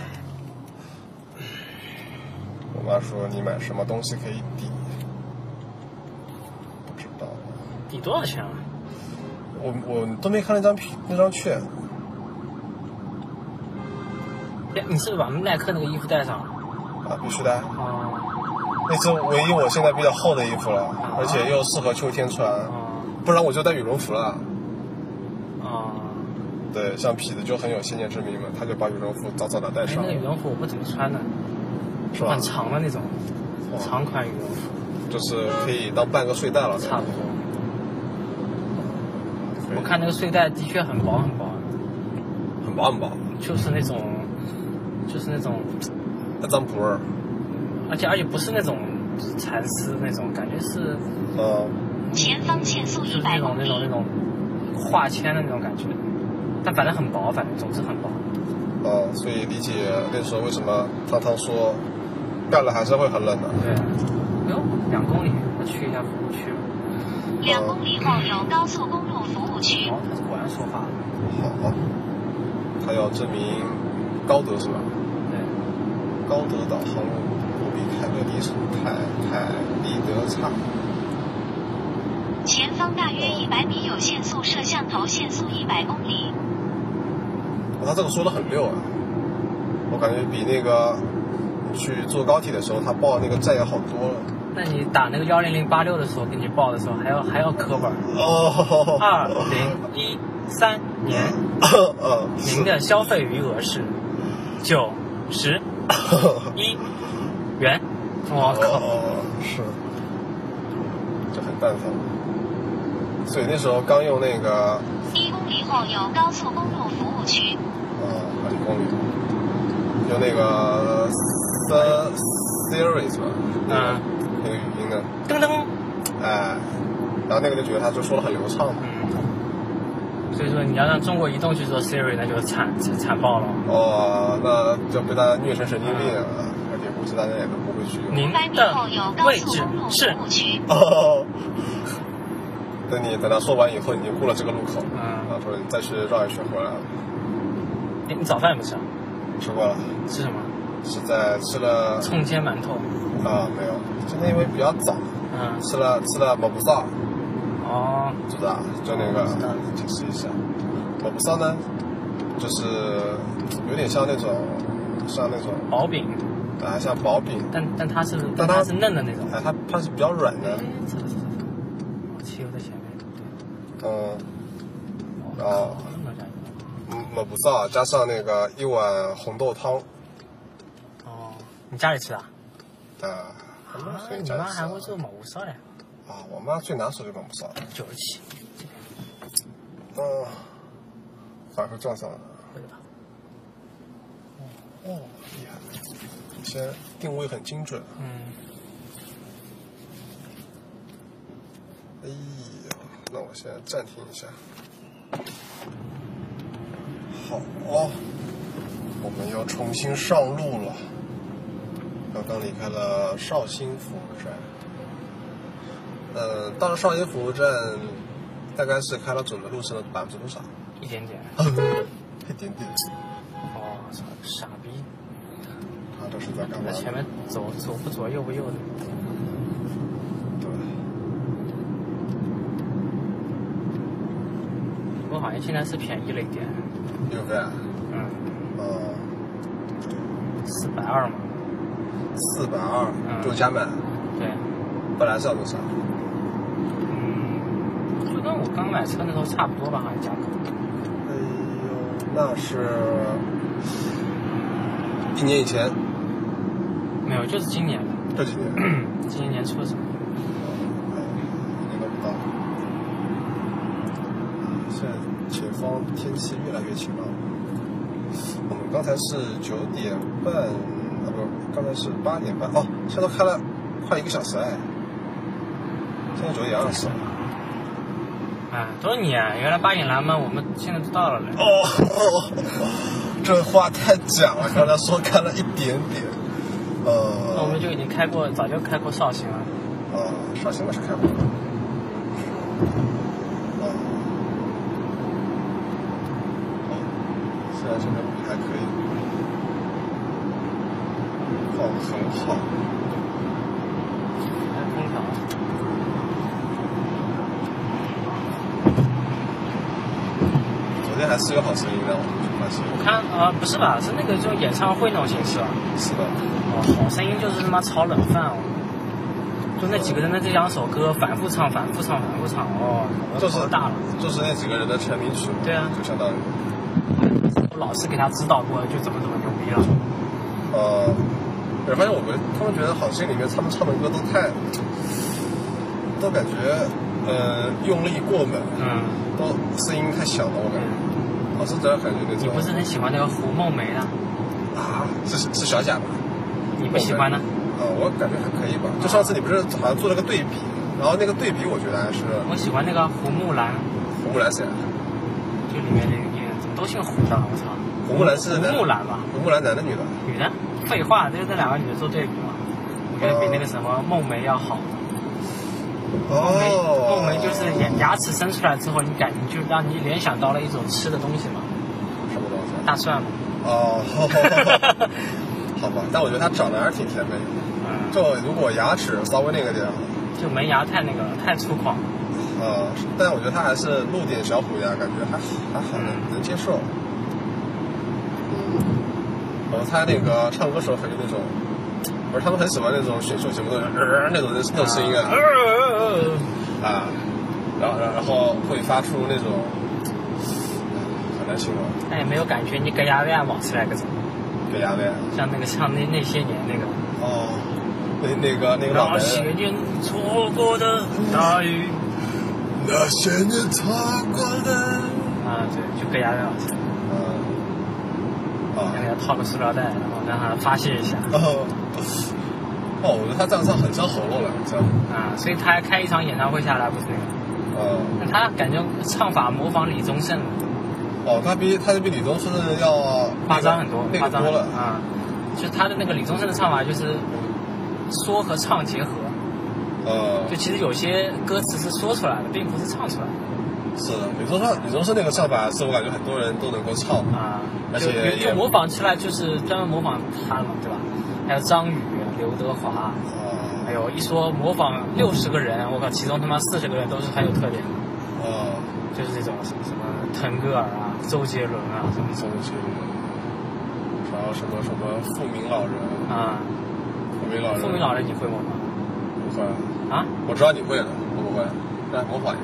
Speaker 2: 我妈说你买什么东西可以抵，不知道，
Speaker 4: 抵多少钱啊？
Speaker 2: 我我都没看那张皮那张券，
Speaker 4: 哎你是不是把耐克那个衣服带上了？
Speaker 2: 啊，必须的，
Speaker 4: 哦
Speaker 2: 那是唯一我现在比较厚的衣服了，而且又适合秋天穿，
Speaker 4: 哦
Speaker 2: 不然我就带羽绒服了。
Speaker 4: 哦！
Speaker 2: 对，像痞子就很有先见之明嘛，他就把羽绒服早早的带
Speaker 4: 哎，
Speaker 2: 上
Speaker 4: 那个羽
Speaker 2: 了，
Speaker 4: 绒服我不怎么穿的，
Speaker 2: 是吧
Speaker 4: 很？长的那种，长款羽绒服，
Speaker 2: 就是可以当半个睡袋了，
Speaker 4: 差不多。
Speaker 2: 可以
Speaker 4: 我看那个睡袋的确很薄很薄，
Speaker 2: 很薄很薄，
Speaker 4: 就是那种，就是那种，
Speaker 2: 那张不二，
Speaker 4: 而且而且不是那种蚕丝那种，感觉是
Speaker 2: 嗯。
Speaker 3: 前方限速
Speaker 4: 就是
Speaker 3: 一
Speaker 4: 那
Speaker 3: 百
Speaker 4: 种
Speaker 3: 公
Speaker 4: 那种那
Speaker 3: 里。
Speaker 4: 种化纤的那种感觉，但反正很薄，反正总之很薄。
Speaker 2: 呃，所以理解那时候为什么汤汤说干了还是会很冷的。
Speaker 4: 对，哟，两公里，我去一下服务区。
Speaker 3: 两公里后有高速公路服务区，
Speaker 4: 哦，他果然说话了。
Speaker 2: 好，他要证明高德是吧？
Speaker 4: 对，
Speaker 2: 高德导航不比凯乐迪凯凯立德差。
Speaker 3: 前方大约一百米有限速摄像头，限速一百公里。
Speaker 2: 哦他这个说的很溜啊，我感觉比那个你去坐高铁的时候他报那个站要好多了。
Speaker 4: 那你打那个幺零零八六的时候，给你报的时候还要还要课本儿。
Speaker 2: 哦，
Speaker 4: 二零一三年
Speaker 2: 呃，
Speaker 4: 您的消费余额是九十一元。我啊靠！
Speaker 2: 哦，是，就很蛋疼。所以那时候刚用那个
Speaker 3: 一公里后有高速公路服务区，
Speaker 2: 呃，二十公里，有那那个 Siri 是吧？
Speaker 4: 嗯，
Speaker 2: 那个语音的，
Speaker 4: 噔噔，
Speaker 2: 哎，然后那个就觉得他就说的很流畅嘛。
Speaker 4: 嗯，所以说你要让中国移动去做 Siri，那就惨惨惨爆了。
Speaker 2: 哦，那就被大家虐成神经病了，而且估计大家也都不会去用。
Speaker 4: 您
Speaker 3: 百米后有
Speaker 4: 的
Speaker 3: 高
Speaker 4: 位
Speaker 3: 速
Speaker 4: 置
Speaker 3: 公路
Speaker 4: 是
Speaker 3: 服务区。
Speaker 2: 哦， 等你等他说完以后，你就过了这个路口，然后
Speaker 4: 嗯，
Speaker 2: 说你再去绕一圈回来，
Speaker 4: 哎，你早饭有没有吃啊？
Speaker 2: 吃过了，
Speaker 4: 吃什么？
Speaker 2: 是在吃了
Speaker 4: 葱煎馒头。
Speaker 2: 啊、没有，今天因为比较早，
Speaker 4: 嗯，
Speaker 2: 吃了吃了蒙布萨，
Speaker 4: 哦，
Speaker 2: 知道就那个
Speaker 4: 知道
Speaker 2: 解释一下，蒙布萨呢，就是有点像那种像那种
Speaker 4: 薄饼，
Speaker 2: 啊像薄饼，
Speaker 4: 但但它是
Speaker 2: 但它
Speaker 4: 但它是嫩的那种。
Speaker 2: 哎它它是比较软的，
Speaker 4: 我汽油在前面。
Speaker 2: 嗯。
Speaker 4: 对
Speaker 2: 哦，
Speaker 4: 那么加油
Speaker 2: 嗯，抹布萨加上那个一碗红豆汤，
Speaker 4: 哦，你家里吃的啊？
Speaker 2: 啊，
Speaker 4: 啊
Speaker 2: 所以
Speaker 4: 你
Speaker 2: 家里
Speaker 4: 妈
Speaker 2: 吃
Speaker 4: 还会
Speaker 2: 啊
Speaker 4: 做某烧嘞？
Speaker 2: 啊，我妈最拿手就抹布萨，
Speaker 4: 九十七，
Speaker 2: 嗯，反而撞上了，
Speaker 4: 对吧？
Speaker 2: 哦，厉害，现在定位很精准，啊
Speaker 4: 嗯，
Speaker 2: 哎呀，那我先暂停一下，好哦，我们又重新上路了，刚刚离开了绍兴服务站。呃，到了绍兴服务站，大概是开了整个路程的百分之多少？
Speaker 4: 一点点。
Speaker 2: 一点点。
Speaker 4: 哦，操，傻逼！
Speaker 2: 他这是在干嘛
Speaker 4: 在？前面走左不左右不右的。
Speaker 2: 对，
Speaker 4: 不过好像现在是便宜了一点，
Speaker 2: 六百，
Speaker 4: 嗯，
Speaker 2: 啊呃，
Speaker 4: 四百二嘛。
Speaker 2: 四百二
Speaker 4: 嗯
Speaker 2: 就加满，
Speaker 4: 对，
Speaker 2: 本来是要多少？
Speaker 4: 嗯，就跟我刚买车那时候差不多吧，好像价格。
Speaker 2: 哎呦，那是一年以前，
Speaker 4: 没有，就是今年，
Speaker 2: 这几年，
Speaker 4: 今年初的时候。
Speaker 2: 一年都不到。现在前方天气越来越晴朗。我们刚才是九点半，啊不，刚才是八点半哦，现在都开了快一个小时哎，现在九点二十了。
Speaker 4: 哎，都是你啊！原来八点蓝嘛，我们现在都到了嘞。
Speaker 2: 哦，这话太假了，刚才说开了一点点，
Speaker 4: 那哦我们
Speaker 2: 呃，
Speaker 4: 就已经开过，早就开过绍兴了。
Speaker 2: 呃，绍兴我是开不了，呃，哦，现在这个还可以，哦，很好，
Speaker 4: 开空调。
Speaker 2: 昨天还是有好声音的，我们发现
Speaker 4: 我看啊、不是吧？是那个就演唱会那种形式啊吧？
Speaker 2: 是的，
Speaker 4: 哦，好声音就是他妈炒冷饭哦。就那几个人的这两首歌反复唱，反复唱，反复唱，哦，我
Speaker 2: 就
Speaker 4: 都
Speaker 2: 是
Speaker 4: 头大了。
Speaker 2: 就是那几个人的成名曲嘛，
Speaker 4: 对啊
Speaker 2: 就相当于，
Speaker 4: 我老师给他指导过，就怎么怎么牛逼了。
Speaker 2: 呃，我发现我们他们觉得好心里面他们唱的歌都太，都感觉呃用力过猛，
Speaker 4: 嗯，
Speaker 2: 都声音太小了，我感觉。好像只要感觉那
Speaker 4: 你
Speaker 2: 种
Speaker 4: 不是很喜欢那个胡梦梅呢？
Speaker 2: 啊，是是小贾吧？
Speaker 4: 你不喜欢呢？
Speaker 2: 啊、我感觉还可以吧。就上次你不是好像做了个对比，然后那个对比我觉得还是
Speaker 4: 我喜欢那个胡木兰，
Speaker 2: 胡木兰谁啊？
Speaker 4: 就里面那个演员，怎么都姓胡的？我操！
Speaker 2: 胡木兰是男
Speaker 4: 胡木兰吧？
Speaker 2: 胡木兰男的女的？
Speaker 4: 女的，废话，就是这两个女的做对比嘛。我觉得比那个什么梦梅要好。
Speaker 2: 哦
Speaker 4: 梦梅，梦梅就是牙牙齿伸出来之后，你感觉就让你联想到了一种吃的东西嘛，
Speaker 2: 什么东西啊？
Speaker 4: 大蒜嘛。
Speaker 2: 哦， 好吧，但我觉得她长得还是挺甜美的。
Speaker 4: 嗯，
Speaker 2: 就如果牙齿稍微那个点儿，
Speaker 4: 就门牙太那个了，太粗犷了。
Speaker 2: 呃，但我觉得他还是露点小虎牙，感觉还还好，能接受。然后他那个唱歌时候还有那种，不是他们很喜欢那种选秀节目那种、呃、那种那种声音啊啊，然后然后会发出那种很难形容，
Speaker 4: 但哎也没有感觉你跟牙为爱往出来个什么，
Speaker 2: 给牙呗。
Speaker 4: 像那个像那那些年那个。
Speaker 2: 哦，那那个那个老
Speaker 4: 那
Speaker 2: 人，
Speaker 4: 些年错过的大雨。
Speaker 2: 那些年错过的，
Speaker 4: 啊，对，就跟牙为爱往出来。
Speaker 2: 嗯，啊，
Speaker 4: 那个套个塑料袋，然后让它发泄一下。
Speaker 2: 哦，哦，我觉得他这样唱很伤喉咙了，这样。
Speaker 4: 啊，所以他开一场演唱会下来不是那个，
Speaker 2: 哦，
Speaker 4: 那他感觉唱法模仿李宗盛
Speaker 2: 哦，他比他比李宗盛要
Speaker 4: 夸张很多，
Speaker 2: 那
Speaker 4: 夸
Speaker 2: 个
Speaker 4: 张
Speaker 2: 多
Speaker 4: 很多
Speaker 2: 了。
Speaker 4: 啊。就他的那个李宗盛的唱法就是说和唱结合，
Speaker 2: 呃
Speaker 4: 就，其实有些歌词是说出来的，并不是唱出来的
Speaker 2: 是的李宗盛，李宗盛那个唱法是我感觉很多人都能够唱。
Speaker 4: 啊。
Speaker 2: 而
Speaker 4: 就
Speaker 2: 且
Speaker 4: 就
Speaker 2: 也
Speaker 4: 模仿起来就是专门模仿他了嘛，对吧？还有张宇、刘德华，
Speaker 2: 哦，
Speaker 4: 还有一说模仿六十个人，我靠，其中他妈四十个人都是很有特点的。
Speaker 2: 哦，
Speaker 4: 就是这种什么什么腾格尔啊、周杰伦啊什么
Speaker 2: 宋庆，然后什么什么富民老人，
Speaker 4: 啊，
Speaker 2: 富民老人，
Speaker 4: 富明老人你会模仿
Speaker 2: 不会，
Speaker 4: 啊？
Speaker 2: 我知道你会的，我不会，来模 仿一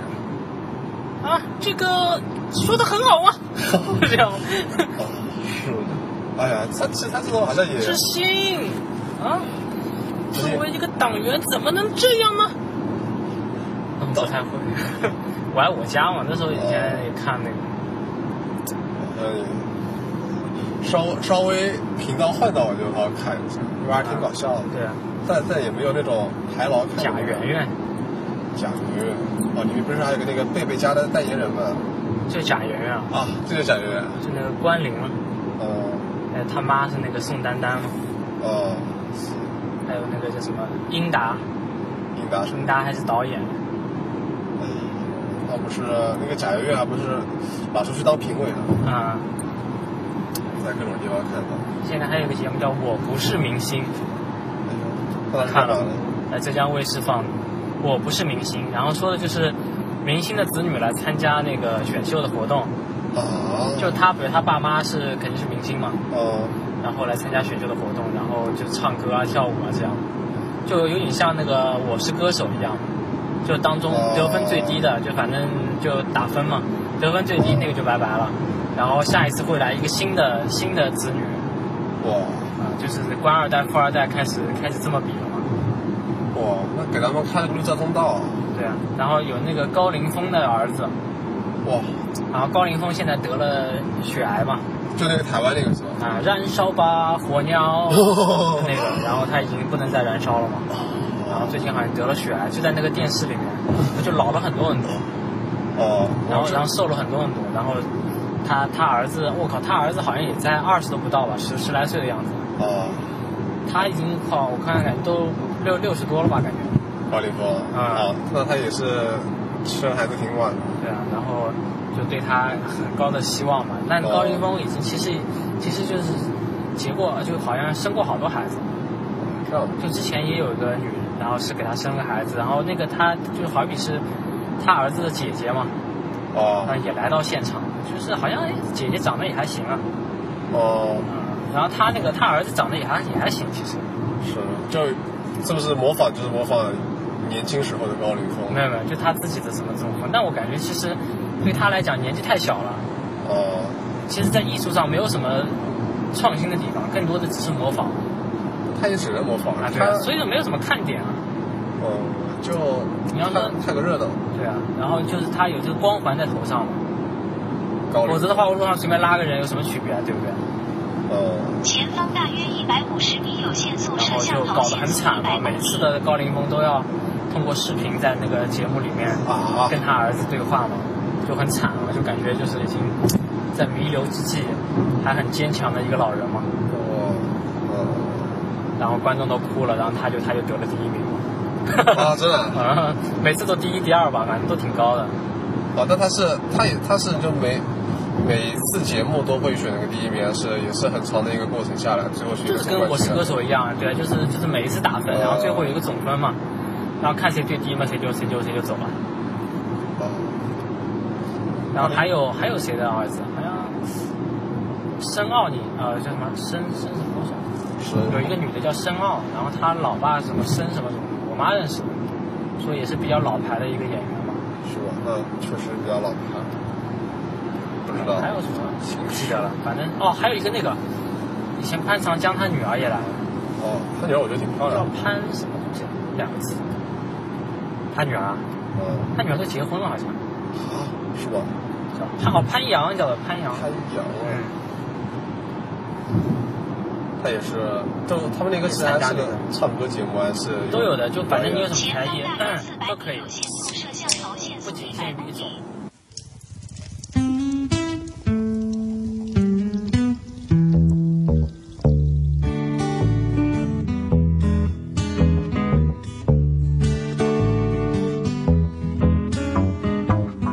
Speaker 2: 个。
Speaker 4: 啊，这个说的很好啊， 这样
Speaker 2: 哦，是的。哎呀，他其实他这种好像也
Speaker 4: 知心啊，
Speaker 2: 不
Speaker 4: 作
Speaker 2: 是
Speaker 4: 为一个党员怎么能这样呢？嗯不太会， 我爱我家嘛，那时候以前也看那个
Speaker 2: 呃，稍稍微频道换到我就好好看一下，因为还挺搞笑的。
Speaker 4: 对啊，
Speaker 2: 但但也没有那种台老看
Speaker 4: 贾圆圆，
Speaker 2: 贾圆圆哦，你们不是还有个那个贝贝家的代言人吗？
Speaker 4: 就贾圆圆啊，
Speaker 2: 啊，这就是贾圆圆。
Speaker 4: 就那个关凌嘛，
Speaker 2: 哦
Speaker 4: 还有他妈是那个宋丹丹嘛，
Speaker 2: 哦，
Speaker 4: 还有那个叫什么英达，
Speaker 2: 应达是
Speaker 4: 英达还是导演。
Speaker 2: 哦，不是那个贾圆圆还不是拿出去当评委了，
Speaker 4: 啊，
Speaker 2: 在各种地方看到。
Speaker 4: 现在还有个节目叫《我不是明星
Speaker 2: 哎呦，
Speaker 4: 看了
Speaker 2: 了，
Speaker 4: 来浙江卫视放的，《我不是明星》，然后说的就是明星的子女来参加那个选秀的活动，
Speaker 2: 啊，
Speaker 4: 就他比如他爸妈是肯定是明星嘛，
Speaker 2: 哦
Speaker 4: 然后来参加选秀的活动，然后就唱歌啊、跳舞啊这样，就有点像那个《我是歌手》一样，就当中
Speaker 2: 哦
Speaker 4: 得分最低的，就反正就打分嘛，得分最低那个就拜拜了，然后下一次会来一个新的新的子女。
Speaker 2: 哇
Speaker 4: 啊，就是官二代、富二代开始开始这么比了嘛。
Speaker 2: 哇，那给他们开了个绿色通道，
Speaker 4: 对啊，然后有那个高凌风的儿子，
Speaker 2: 哇，
Speaker 4: 然后高凌风现在得了血癌嘛，
Speaker 2: 就那个台湾那个是吧？
Speaker 4: 啊，燃烧吧火鸟
Speaker 2: 哦
Speaker 4: 那个，然后他已经不能再燃烧了嘛，然后最近好像得了血癌，就在那个电视里面，他就老了很多很多，
Speaker 2: 哦，
Speaker 4: 然后然后瘦了很多很多，然后他他儿子，我靠，他儿子好像也在二十都不到吧，十十来岁的样子，
Speaker 2: 哦，
Speaker 4: 他已经靠我看看都六六十多了吧，感觉。
Speaker 2: 高凌风
Speaker 4: 啊
Speaker 2: 哦，那他也是生孩子挺晚的，
Speaker 4: 对啊，然后就对他很高的希望嘛。但高凌风已经其实其实就是结过，就好像生过好多孩子。
Speaker 2: 这样
Speaker 4: 就之前也有一个女人，然后是给他生个孩子，然后那个他就是好比是他儿子的姐姐嘛，
Speaker 2: 哦
Speaker 4: 啊也来到现场，就是好像哎姐姐长得也还行啊，
Speaker 2: 哦，
Speaker 4: 嗯，然后他那个他儿子长得也还也还行，其实
Speaker 2: 是，就是不是模仿就是模仿年轻时候的高凌风？
Speaker 4: 没有没有，就他自己的什么状况。但我感觉其实对他来讲年纪太小了，
Speaker 2: 哦，
Speaker 4: 其实在艺术上没有什么创新的地方，更多的只是模仿。
Speaker 2: 他也只能模仿，
Speaker 4: 啊，对啊，
Speaker 2: 他
Speaker 4: 所以就没有什么看点啊。
Speaker 2: 嗯，就
Speaker 4: 你要
Speaker 2: 看
Speaker 4: 能
Speaker 2: 看个热闹，
Speaker 4: 对啊，然后就是他有这个光环在头上嘛，
Speaker 2: 高凌
Speaker 4: 否则的话，我路上随便拉个人有什么区别啊，对不对？
Speaker 2: 呃，
Speaker 3: 前方大约一百五十米有限速
Speaker 4: 然
Speaker 3: 摄
Speaker 4: 后
Speaker 3: 像
Speaker 4: 就
Speaker 3: 头
Speaker 4: 搞得
Speaker 3: 限
Speaker 4: 很
Speaker 3: 速
Speaker 4: 惨
Speaker 3: 一
Speaker 4: 嘛
Speaker 3: 百，公
Speaker 4: 每次
Speaker 3: 里。
Speaker 4: 的高凌风都要通过视频在那个节目里面
Speaker 2: 啊
Speaker 4: 跟他儿子对话嘛，就很惨嘛，就感觉就是已经在弥留之际还很坚强的一个老人嘛，
Speaker 2: 哦，
Speaker 4: 然后观众都哭了，然后他就他就得了第一名
Speaker 2: 呃，
Speaker 4: 嘛，
Speaker 2: 啊，真的啊。
Speaker 4: 啊，每次都第一第二吧，反正都挺高的。
Speaker 2: 哦，但他是，他也他是就每每次节目都会选一个第一名，啊是也是很长的一个过程下来，最后选一
Speaker 4: 就
Speaker 2: 个
Speaker 4: 是
Speaker 2: 总
Speaker 4: 跟
Speaker 2: 冠
Speaker 4: 我是
Speaker 2: 军啊
Speaker 4: 歌手一样，啊对，就是就是每一次打分，
Speaker 2: 哦
Speaker 4: 然后最后有一个总分嘛，然后看谁最低嘛，谁就谁就谁就走了。
Speaker 2: 哦
Speaker 4: 然后还有还有谁的儿子？好像申奥，你呃叫什么申申什么什么？
Speaker 2: 是
Speaker 4: 有一个女的叫申奥，然后她老爸什么申什么什么，我妈认识的，说也是比较老牌的一个演员嘛。
Speaker 2: 是吧？那确实比较老牌，不知
Speaker 4: 还有
Speaker 2: 道
Speaker 4: 什么？不记得了，反正哦，还有一个那个，以前潘长江他女儿也来了。
Speaker 2: 哦，他女儿我觉得挺漂
Speaker 4: 叫
Speaker 2: 亮的，
Speaker 4: 潘什么东西，两个字。他女儿啊，
Speaker 2: 嗯，
Speaker 4: 他女儿都结婚了，好像
Speaker 2: 啊，是吧？
Speaker 4: 叫潘哦潘阳，叫做潘阳。
Speaker 2: 潘阳，
Speaker 4: 嗯，
Speaker 2: 它也是，都他们那个是还是个唱歌节目还是
Speaker 4: 嗯都有的，就反正你有什么
Speaker 3: 前
Speaker 4: 才
Speaker 3: 方
Speaker 4: 艺
Speaker 3: 大约四百
Speaker 4: 都
Speaker 3: 米
Speaker 4: 可以
Speaker 3: 有，限速摄像头限速
Speaker 4: 不仅
Speaker 3: 一百
Speaker 4: 限
Speaker 3: 公
Speaker 4: 于一
Speaker 3: 里
Speaker 4: 种。。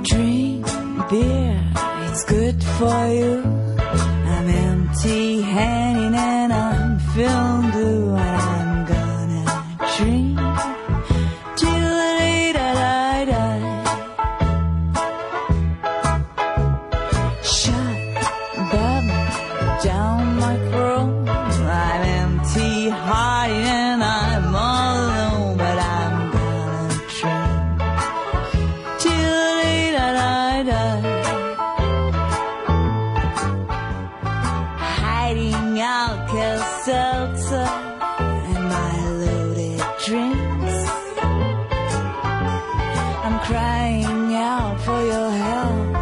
Speaker 6: Drink beer, it's good for you. I'm empty handed and I'm feeling blue. And I'm gonna drink till I die, die. Shut bubble down my throat. I'm empty hearted and I'm all alone, but I'm gonna drink. Hiding out Seltzer and my loaded drinks. I'm crying out for your help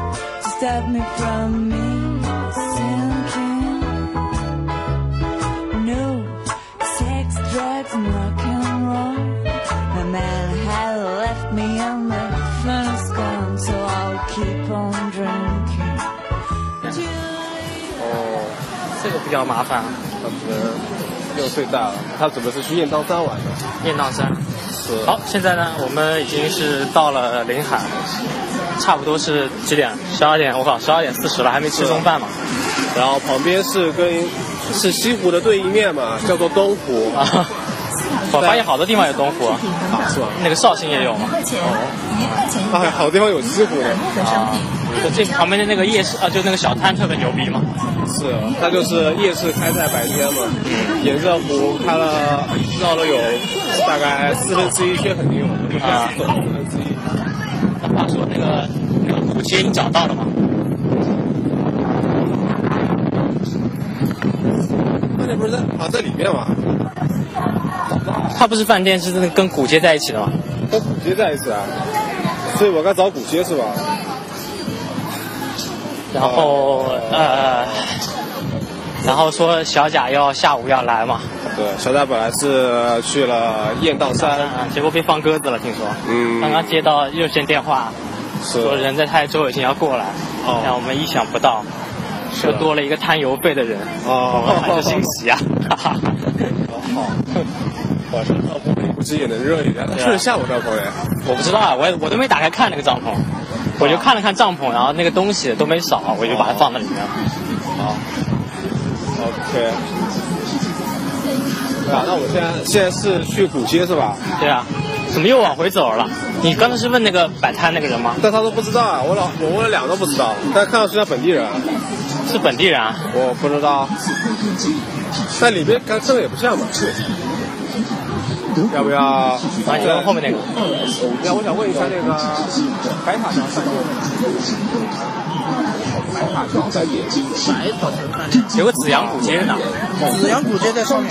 Speaker 6: to stop me from me sinking. No sex, drugs, and rock and roll. The man had left me and the fun is gone, so I'll keep on drinking.
Speaker 2: 哦，
Speaker 4: 这个比较麻烦，
Speaker 2: 他只能六岁大了，他准备是去雁荡山玩的，
Speaker 4: 雁荡山。
Speaker 2: 是
Speaker 4: 好，现在呢，我们已经是到了临海，差不多是几点？十二点，我靠，十二点四十了，还没吃中饭嘛？
Speaker 2: 然后旁边是跟是西湖的对立面嘛，叫做东湖
Speaker 4: 啊，我发现好多地方有东湖，
Speaker 2: 啊，是吧？
Speaker 4: 那个绍兴也有嘛。
Speaker 2: 哎，好地方有西湖的，
Speaker 4: 啊，就这旁边的那个夜市啊，就那个小摊特别牛逼嘛。
Speaker 2: 是，啊它就是夜市开在白天嘛，沿着湖开了绕了有大概四分之一圈，肯定有，就开始走四分之一。
Speaker 4: 那话说那个那个湖街你找到了吗？
Speaker 2: 那那不是在啊，在里面嘛，
Speaker 4: 它不是饭店，是那个跟古街在一起的嘛。
Speaker 2: 跟古街在一起啊，所以我该找古街是吧？
Speaker 4: 然后呃，然后说小贾要下午要来嘛，
Speaker 2: 对，小戴本来是去了雁荡山，
Speaker 4: 啊，结果被放鸽子了，听说。
Speaker 2: 嗯
Speaker 4: 刚刚接到热线电话，
Speaker 2: 是
Speaker 4: 说人在泰州已经要过来，
Speaker 2: 哦
Speaker 4: 但我们意想不到，又
Speaker 2: 的
Speaker 4: 多了一个摊邮费的人，我们很
Speaker 2: 哦
Speaker 4: 是欣喜啊，哈哈。
Speaker 2: 好，晚上帐篷里估计也能热一点，
Speaker 4: 对啊
Speaker 2: 是不是下午帐篷嘞？
Speaker 4: 我不知道啊，我也我都没打开看那个帐篷，我就看了看帐篷，然后那个东西都没少，我就把它放在里面了。
Speaker 2: OK。啊，那我现在现在是去古街是吧？
Speaker 4: 对啊，怎么又往回走了？你刚才是问那个摆摊那个人吗？
Speaker 2: 但他都不知道啊，我老我问了俩都不知道，但看到是他本地人，啊
Speaker 4: 是本地人啊？
Speaker 2: 我不知道。但里面看这个也不像嘛，要不要？
Speaker 4: 啊，你问后面那个。
Speaker 2: 对，我想问一下那个白塔桥饭店。白塔桥饭店，
Speaker 4: 有个紫阳古街哦呢，
Speaker 7: 紫阳古街在上面，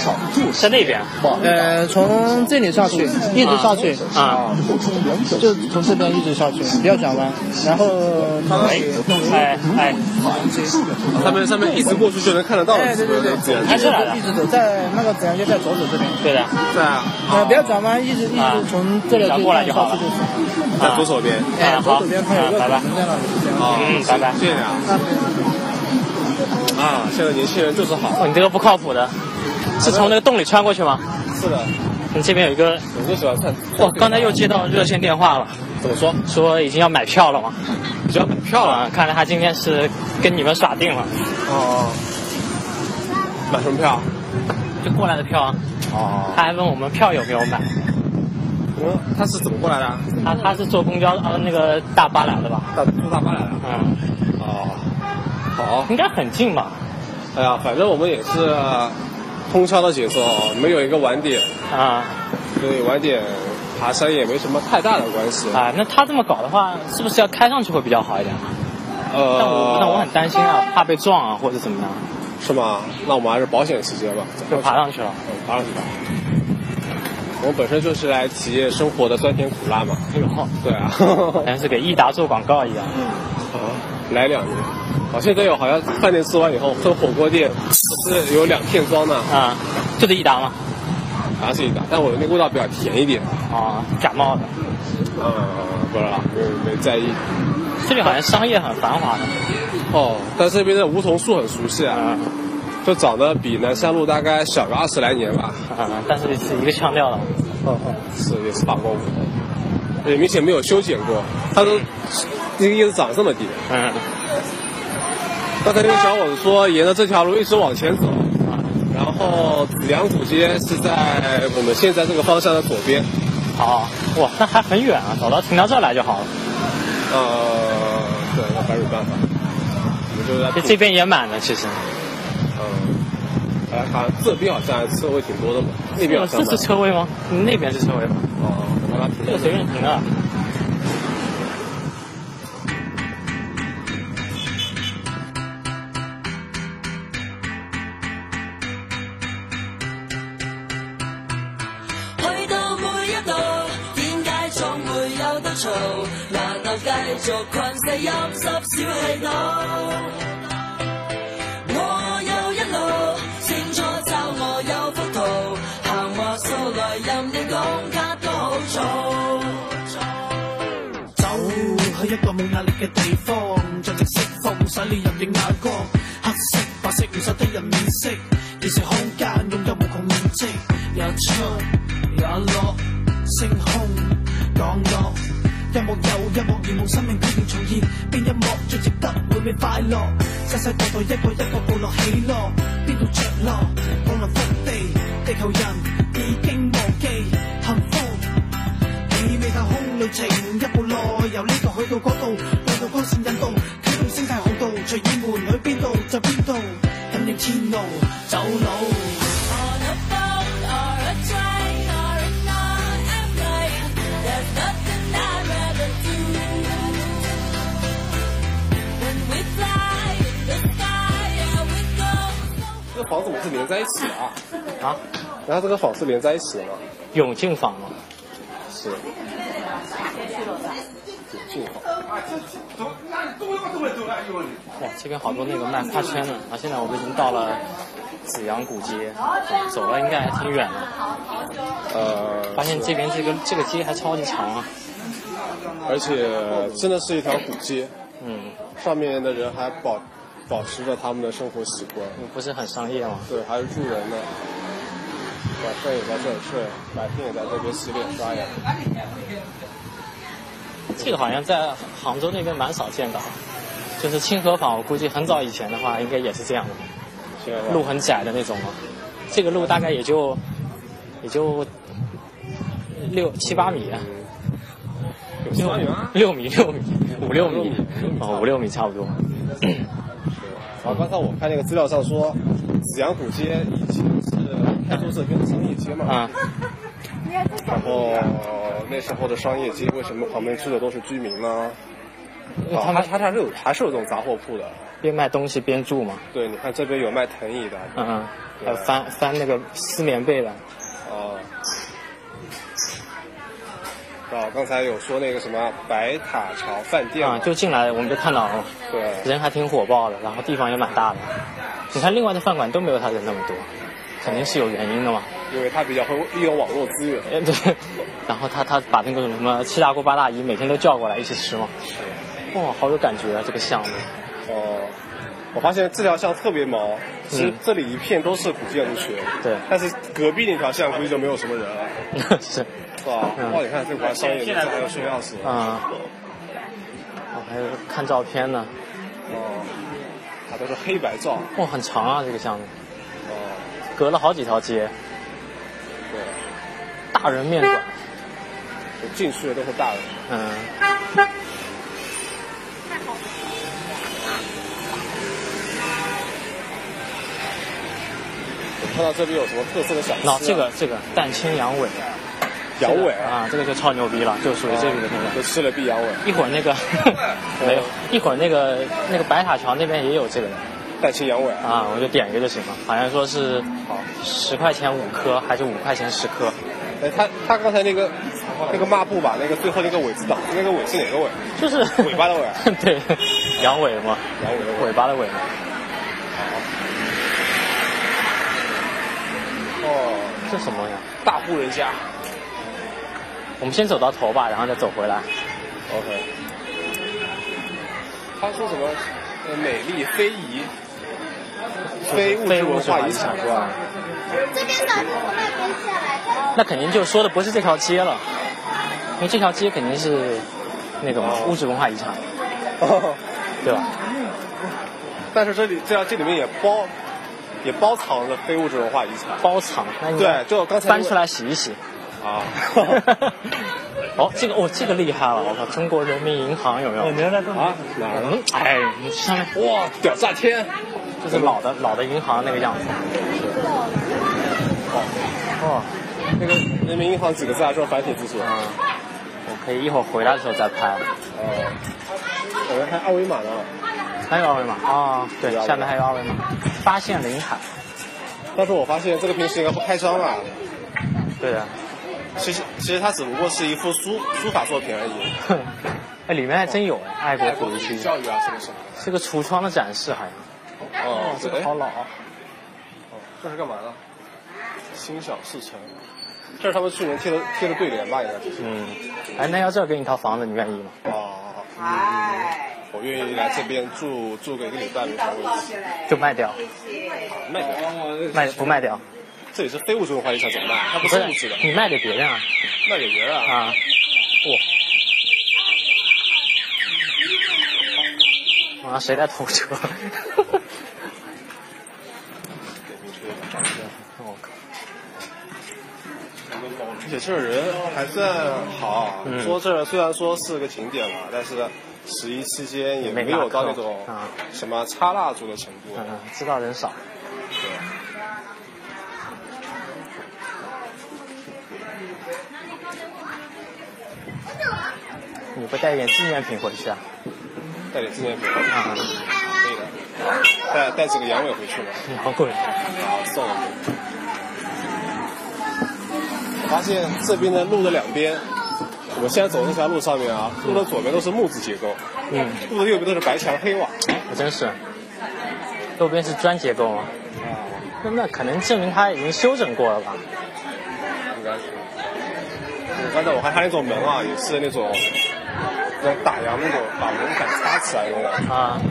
Speaker 4: 在那边
Speaker 7: 呃，从这里下去，一直下去，
Speaker 4: 啊。
Speaker 7: 就从这边一直下去，不要转弯。然后他们
Speaker 4: 哎哎哎，
Speaker 2: 他们上面一直过去就能看得到，
Speaker 7: 哎，对对对，
Speaker 4: 还
Speaker 7: 一
Speaker 4: 是
Speaker 7: 直
Speaker 4: 来了
Speaker 7: 走，一直走，在那个紫阳街在左手这边，
Speaker 4: 对的，
Speaker 2: 在啊，
Speaker 7: 呃，不要转弯，一直一
Speaker 4: 啊
Speaker 7: 直从这个
Speaker 4: 转
Speaker 7: 地
Speaker 4: 过来
Speaker 7: 方
Speaker 4: 就好
Speaker 7: 下
Speaker 4: 了
Speaker 7: 去就是。
Speaker 2: 在左手边。
Speaker 7: 哎
Speaker 4: 啊，
Speaker 7: 左
Speaker 4: 好，
Speaker 7: 手边看有
Speaker 4: 啊
Speaker 7: 个
Speaker 4: 拜
Speaker 7: 古
Speaker 4: 拜。
Speaker 7: 城在那里，这样
Speaker 2: 哦
Speaker 4: 嗯拜拜
Speaker 2: 谢谢啊。
Speaker 7: 那边。
Speaker 2: 啊，现在年轻人就是好。
Speaker 4: 哦，你这个不靠谱的，是从那个洞里穿过去吗？
Speaker 2: 是的，
Speaker 4: 你这边有一个，
Speaker 2: 我就喜欢看。
Speaker 4: 哇，刚才又接到热线电话了，
Speaker 2: 怎么说？
Speaker 4: 说已经要买票了 嘛。
Speaker 2: 比较漂亮。
Speaker 4: 啊，看来他今天是跟你们耍定了，
Speaker 2: 哦。买什么票？
Speaker 4: 就过来的票啊。
Speaker 2: 哦。
Speaker 4: 他还问我们票有没有买，
Speaker 2: 我哦他是怎么过来的啊？
Speaker 4: 他他是坐公交呃那个大巴来的吧？
Speaker 2: 大坐大巴来的。
Speaker 4: 嗯，
Speaker 2: 哦。好。
Speaker 4: 应该很近吧？
Speaker 2: 哎呀，反正我们也是啊通宵的节奏，没有一个晚点，
Speaker 4: 啊
Speaker 2: 所以晚点爬山也没什么太大的关系。
Speaker 4: 啊，那他这么搞的话，是不是要开上去会比较好一点？
Speaker 2: 呃。
Speaker 4: 但我但我很担心啊，怕被撞啊或者怎么样，
Speaker 2: 是吗？那我们还是保险起见吧。
Speaker 4: 就爬上去了。
Speaker 2: 嗯爬上去吧。我们本身就是来体验生活的酸甜苦辣嘛。
Speaker 4: 哎呦，
Speaker 2: 对啊。
Speaker 4: 好像是给益达做广告一样。
Speaker 2: 来两年，好，现在有好像饭店吃完以后喝火锅店，是有两片装的，
Speaker 1: 啊，就这一打嘛，
Speaker 2: 好像是一打，但我那个味道比较甜一点，
Speaker 1: 啊，感冒的。
Speaker 2: 呃，不知道，没没在意。
Speaker 1: 这里好像商业很繁华的，
Speaker 2: 哦，但是这边的梧桐树很熟悉啊，就长得比南山路大概小个二十来年
Speaker 4: 嗯哎
Speaker 2: 吧。
Speaker 1: 啊，但是是一个腔调的。
Speaker 2: 哦哦，是也是法国梧桐，也明显没有修剪过，它都那个叶子长这么低。
Speaker 1: 嗯，
Speaker 2: 刚才那个小伙子说，沿着这条路一直往前走，然后紫梁古街是在我们现在这个方向的左边。
Speaker 4: 哦
Speaker 1: 好，哇，那还很远啊，走到停到这儿来就好了。
Speaker 2: 呃，对，那还有办法。我们就在
Speaker 1: 这这边也满了，其实。
Speaker 2: 嗯，来看这边好像车位挺多的嘛，那边好
Speaker 1: 这
Speaker 2: 像
Speaker 1: 是车位吗？那边是车位吗？
Speaker 2: 哦，我把它
Speaker 1: 这个随便停啊。
Speaker 6: 去到每一度，點解總會有得嘈？難道繼續困死陰濕小氣度？我有一路清楚找我有幅圖，行話數來任你講卡都好嘈。
Speaker 8: 走去一個冇壓力嘅地方，盡情釋放，洗練人嘅眼光，黑色、白色唔想睇人面色，現時空間擁有無窮面積，有出有落，星空降落。一幕又一幕，如夢生命不斷重現，邊一幕最值得每秒快樂？世世代代一個一個部落起落，邊度着落？降落福地，地球人已經忘記幸福。你未太空旅程，一步內由呢度去到嗰度，兩道光線引導，啟動星際航道，隨意門裏邊度就邊度，引領天路走佬。
Speaker 6: On a boat or a train or an airplane, there's nothing I'd rather do. When we fly in the sky, yeah, we go.
Speaker 2: 这个房子我们是连在一起的啊，
Speaker 1: 啊，
Speaker 2: 然后这个房是连在一起的嘛，
Speaker 1: 永庆坊吗？
Speaker 2: 是。进好，
Speaker 1: 哇，这边好多那个卖花圈的。啊，现在我们已经到了紫阳古街，嗯走了应该还挺远的。
Speaker 2: 呃，
Speaker 1: 发现这边这个这个街还超级长啊。
Speaker 2: 而且真的是一条古街，
Speaker 1: 嗯，
Speaker 2: 上面的人还保保持着他们的生活习惯，
Speaker 1: 不是很商业吗？
Speaker 2: 对，还是住人的，晚上也在这里睡，白天也在这边洗脸刷牙。
Speaker 1: 这个好像在杭州那边蛮少见到的，就是清河坊，我估计很早以前的话，应该也是这样的，
Speaker 2: 现在吧
Speaker 1: 路很窄的那种嘛。这个路大概也就也就六七八米啊，
Speaker 2: 有三元啊，
Speaker 1: 六米六米五六米哦，五六米差不多。
Speaker 2: 然后啊刚才我看那个资料上说，紫阳古街以前是开州这边的商业街嘛，
Speaker 1: 啊，
Speaker 2: 然后那时候的商业街为什么旁边住的都是居民呢？
Speaker 1: 因为他
Speaker 2: 啊
Speaker 1: 们
Speaker 2: 它它还是有还是有这种杂货铺的，
Speaker 1: 边卖东西边住嘛，
Speaker 2: 对，你看这边有卖藤椅的，
Speaker 1: 嗯嗯，还有翻翻那个丝棉被的，
Speaker 2: 哦、啊，刚才有说那个什么白塔桥饭店嘛
Speaker 1: 啊，就进来我们就看到了，
Speaker 2: 对，
Speaker 1: 人还挺火爆的，然后地方也蛮大的。你看另外的饭馆都没有他人那么多，肯定是有原因的嘛。
Speaker 2: 因为它比较会利用网络资源，
Speaker 1: 哎，对，然后他他把那个什么七大姑八大姨每天都叫过来一起吃嘛，哇，好有感觉啊，这个巷子，
Speaker 2: 哦、我发现这条巷特别毛，其实这里一片都是古建筑群，
Speaker 1: 对
Speaker 2: 但是隔壁那条巷估计就没有什么人了，
Speaker 1: 是，
Speaker 2: 是吧？
Speaker 1: 嗯
Speaker 2: 哇，你看这还商业街，还有炫钥匙，
Speaker 1: 啊、我哦还有看照片呢，
Speaker 2: 哦，它都是黑白照，
Speaker 1: 哇，很长啊，这个巷子，
Speaker 2: 哦，
Speaker 1: 隔了好几条街，
Speaker 2: 对，
Speaker 1: 大人面馆，
Speaker 2: 就进去的都是大人，
Speaker 1: 嗯，
Speaker 2: 我看到这边有什么特色的小吃、
Speaker 1: 那哦这个这个蛋清羊尾，
Speaker 2: 羊
Speaker 1: 这个
Speaker 2: 尾，
Speaker 1: 啊，这个就超牛逼了，就属于这里的那个。
Speaker 2: 就吃了必羊尾，
Speaker 1: 一会儿那个 没有，一会儿那个那个白塔桥那边也有这个的
Speaker 2: 带青羊尾，
Speaker 1: 啊，我就点一个就行了。好像说是
Speaker 2: 好，
Speaker 1: 十块钱五颗，还是五块钱十颗？
Speaker 2: 哎，他他刚才那个那个抹布把那个最后那个尾字挡，那个尾是哪个尾？啊
Speaker 1: 就是
Speaker 2: 尾巴的尾
Speaker 1: 对，羊尾嘛，
Speaker 2: 然后尾
Speaker 1: 尾巴的尾巴。
Speaker 2: 哦，
Speaker 1: 这什么呀？
Speaker 2: 大户人家。
Speaker 1: 我们先走到头吧，然后再走回来。
Speaker 2: OK。他说什么？呃，美丽非遗，非物质文化遗产是吧？
Speaker 3: 这边小兔子卖不下来的。
Speaker 1: 那肯定就说的不是这条街了，因为这条街肯定是那种物质文化遗产，
Speaker 2: 哦，
Speaker 1: 对吧？
Speaker 2: 但是这里这条街里面也包也包藏着非物质文化遗产。
Speaker 1: 包藏，那你
Speaker 2: 对，就刚才
Speaker 1: 翻出来洗一洗。
Speaker 2: 啊。
Speaker 1: 哦，这个哦，这个厉害了！我靠，中国人民银行有没有？
Speaker 2: 啊，哪儿呢？
Speaker 1: 嗯，哎，你去上面，
Speaker 2: 哇，屌炸天！
Speaker 1: 就是老的老的银行那个样子。哦，
Speaker 2: 那个人民银行几个字还是用繁体字写啊的。
Speaker 1: 我可以一会儿回来的时候再拍。
Speaker 2: 哦，我们还有二维码呢。
Speaker 1: 还有二维码啊、哦对，下面还有二维码。发现林海，
Speaker 2: 但是我发现这个平时应该不开张吧？
Speaker 1: 对啊的。
Speaker 2: 其实其实它只不过是一幅书书法作品而已。
Speaker 1: 哼哎，里面还真有爱国主义区，
Speaker 2: 教育啊，是不是？
Speaker 1: 是个橱窗的展示，还。
Speaker 2: 哦，
Speaker 1: 这个哎好老。啊
Speaker 2: 哦，这是干嘛的？心想事成。这是他们去年贴的贴的对联吧？应该是。
Speaker 1: 嗯，哎，那要这儿给你套房子，你愿意吗？
Speaker 2: 哦，嗯嗯我愿意来这边住住个一个礼拜没啥问题。
Speaker 1: 就卖掉，
Speaker 2: 卖掉，
Speaker 1: 卖不卖掉？
Speaker 2: 这里是非物质文化遗产，怎么办？它不是物质的，
Speaker 1: 你卖给别人啊？
Speaker 2: 卖给别人啊。
Speaker 1: 啊，哇！啊，谁在偷车？我靠！
Speaker 2: 而且这儿人还算好，
Speaker 1: 嗯
Speaker 2: 说这儿虽然说是个景点吧，但是十一期间也没有到那种
Speaker 1: 没大客啊
Speaker 2: 什么插蜡烛的程度。
Speaker 1: 嗯，知道人少。你不带点纪念品回去啊？
Speaker 2: 带点纪念品，
Speaker 1: 啊，
Speaker 2: 嗯可以的。带带几个羊尾回去吧，
Speaker 1: 摇滚。
Speaker 2: 好送了。我发现这边的路的两边，我们现在走的这条路上面啊，路的左边都是木质结构，
Speaker 1: 嗯，
Speaker 2: 路的右边都是白墙黑瓦。
Speaker 1: 还哦真是。右边是砖结构吗？那那可能证明它已经修整过了吧？
Speaker 2: 应该是。我刚才我看它那种门啊，也是那种那种打烊那种，把门板插起来用的。
Speaker 1: 啊，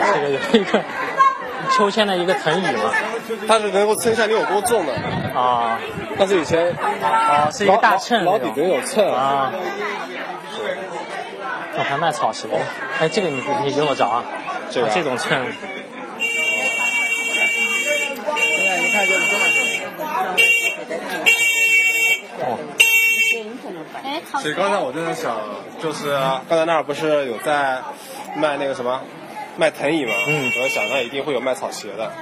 Speaker 1: 这个有一个秋千的一个藤椅嘛，
Speaker 2: 它是能够撑下六有多重的，
Speaker 1: 啊
Speaker 2: 但是以前
Speaker 1: 啊，是一个大秤
Speaker 2: 老老
Speaker 1: 那
Speaker 2: 底
Speaker 1: 种
Speaker 2: 子有秤啊。
Speaker 1: 啊。我还卖草鞋，哎，这个你你用得着啊？
Speaker 2: 这个啊
Speaker 1: 啊这种秤，
Speaker 3: 哎，好
Speaker 2: 所以刚才我就在想，就是啊刚才那儿不是有在卖那个什么，卖藤椅嘛？
Speaker 1: 嗯
Speaker 2: 我就想那一定会有卖草鞋的，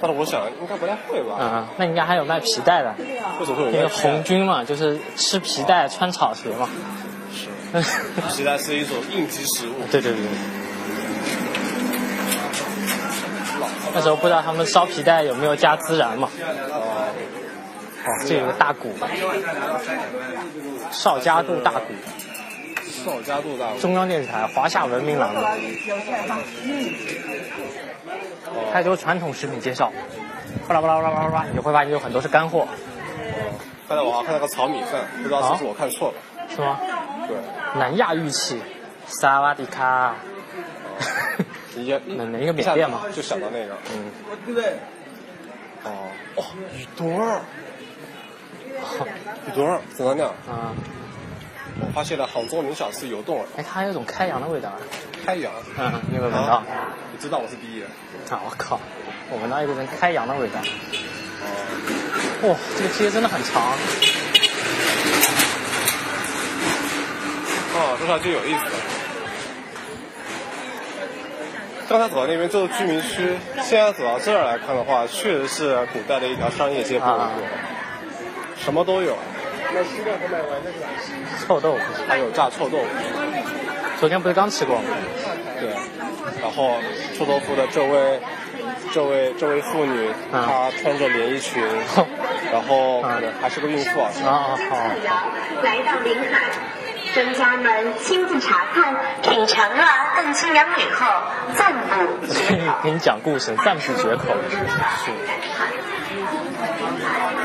Speaker 2: 但是我想应该不太会吧？
Speaker 1: 啊，那应该还有卖皮带的，
Speaker 2: 为什么会有
Speaker 1: 那
Speaker 2: 卖
Speaker 1: 个
Speaker 2: 鞋
Speaker 1: 红军嘛，就是吃皮带穿草鞋嘛。
Speaker 2: 皮带是一种应急食物。
Speaker 1: 对对对。对那时候不知道他们烧皮带有没有加孜然嘛？哦，这有个大鼓，邵家渡大鼓，
Speaker 2: 邵家渡大
Speaker 1: 中央电视台华夏文明栏目，它有传统食品介绍，巴拉巴拉巴拉巴拉巴拉，你会发现有很多是干货，
Speaker 2: 刚才我好像看到个炒米饭，不知道是不是我看错了。
Speaker 1: 是吗？
Speaker 2: 对，
Speaker 1: 南亚玉器，萨瓦迪卡，
Speaker 2: 一个
Speaker 1: 那那一个缅甸嘛
Speaker 2: 一下就想到那个。
Speaker 1: 嗯，
Speaker 2: 哦，哦，雨朵儿，哦雨朵儿，怎么样？
Speaker 1: 啊，
Speaker 2: 我发现了杭州名小吃油冻儿，
Speaker 1: 哎，它有种开阳的味道啊，
Speaker 2: 开阳。
Speaker 1: 嗯，你有没有闻到？
Speaker 2: 你知道我是第一人。
Speaker 1: 啊，我靠！我闻到一股人开阳的味道。哇、这个街真的很长。
Speaker 2: 哦，这条就有意思了。刚才走到那边就是居民区，现在走到这儿来看的话，确实是古代的一条商业街部落
Speaker 1: 啊
Speaker 2: 什么都有，
Speaker 1: 臭豆腐，
Speaker 2: 还有炸臭豆腐，
Speaker 1: 昨天不是刚吃过吗？
Speaker 2: 对。然后臭豆腐的这位，这位这位妇女，
Speaker 1: 啊
Speaker 2: 她穿着连衣裙，然后可能还是个孕妇啊。
Speaker 9: 啊好。来到临海，专家们亲自查看、品尝了更清凉美后，赞不绝口。
Speaker 1: 给你讲故事，赞不绝口。
Speaker 2: 是。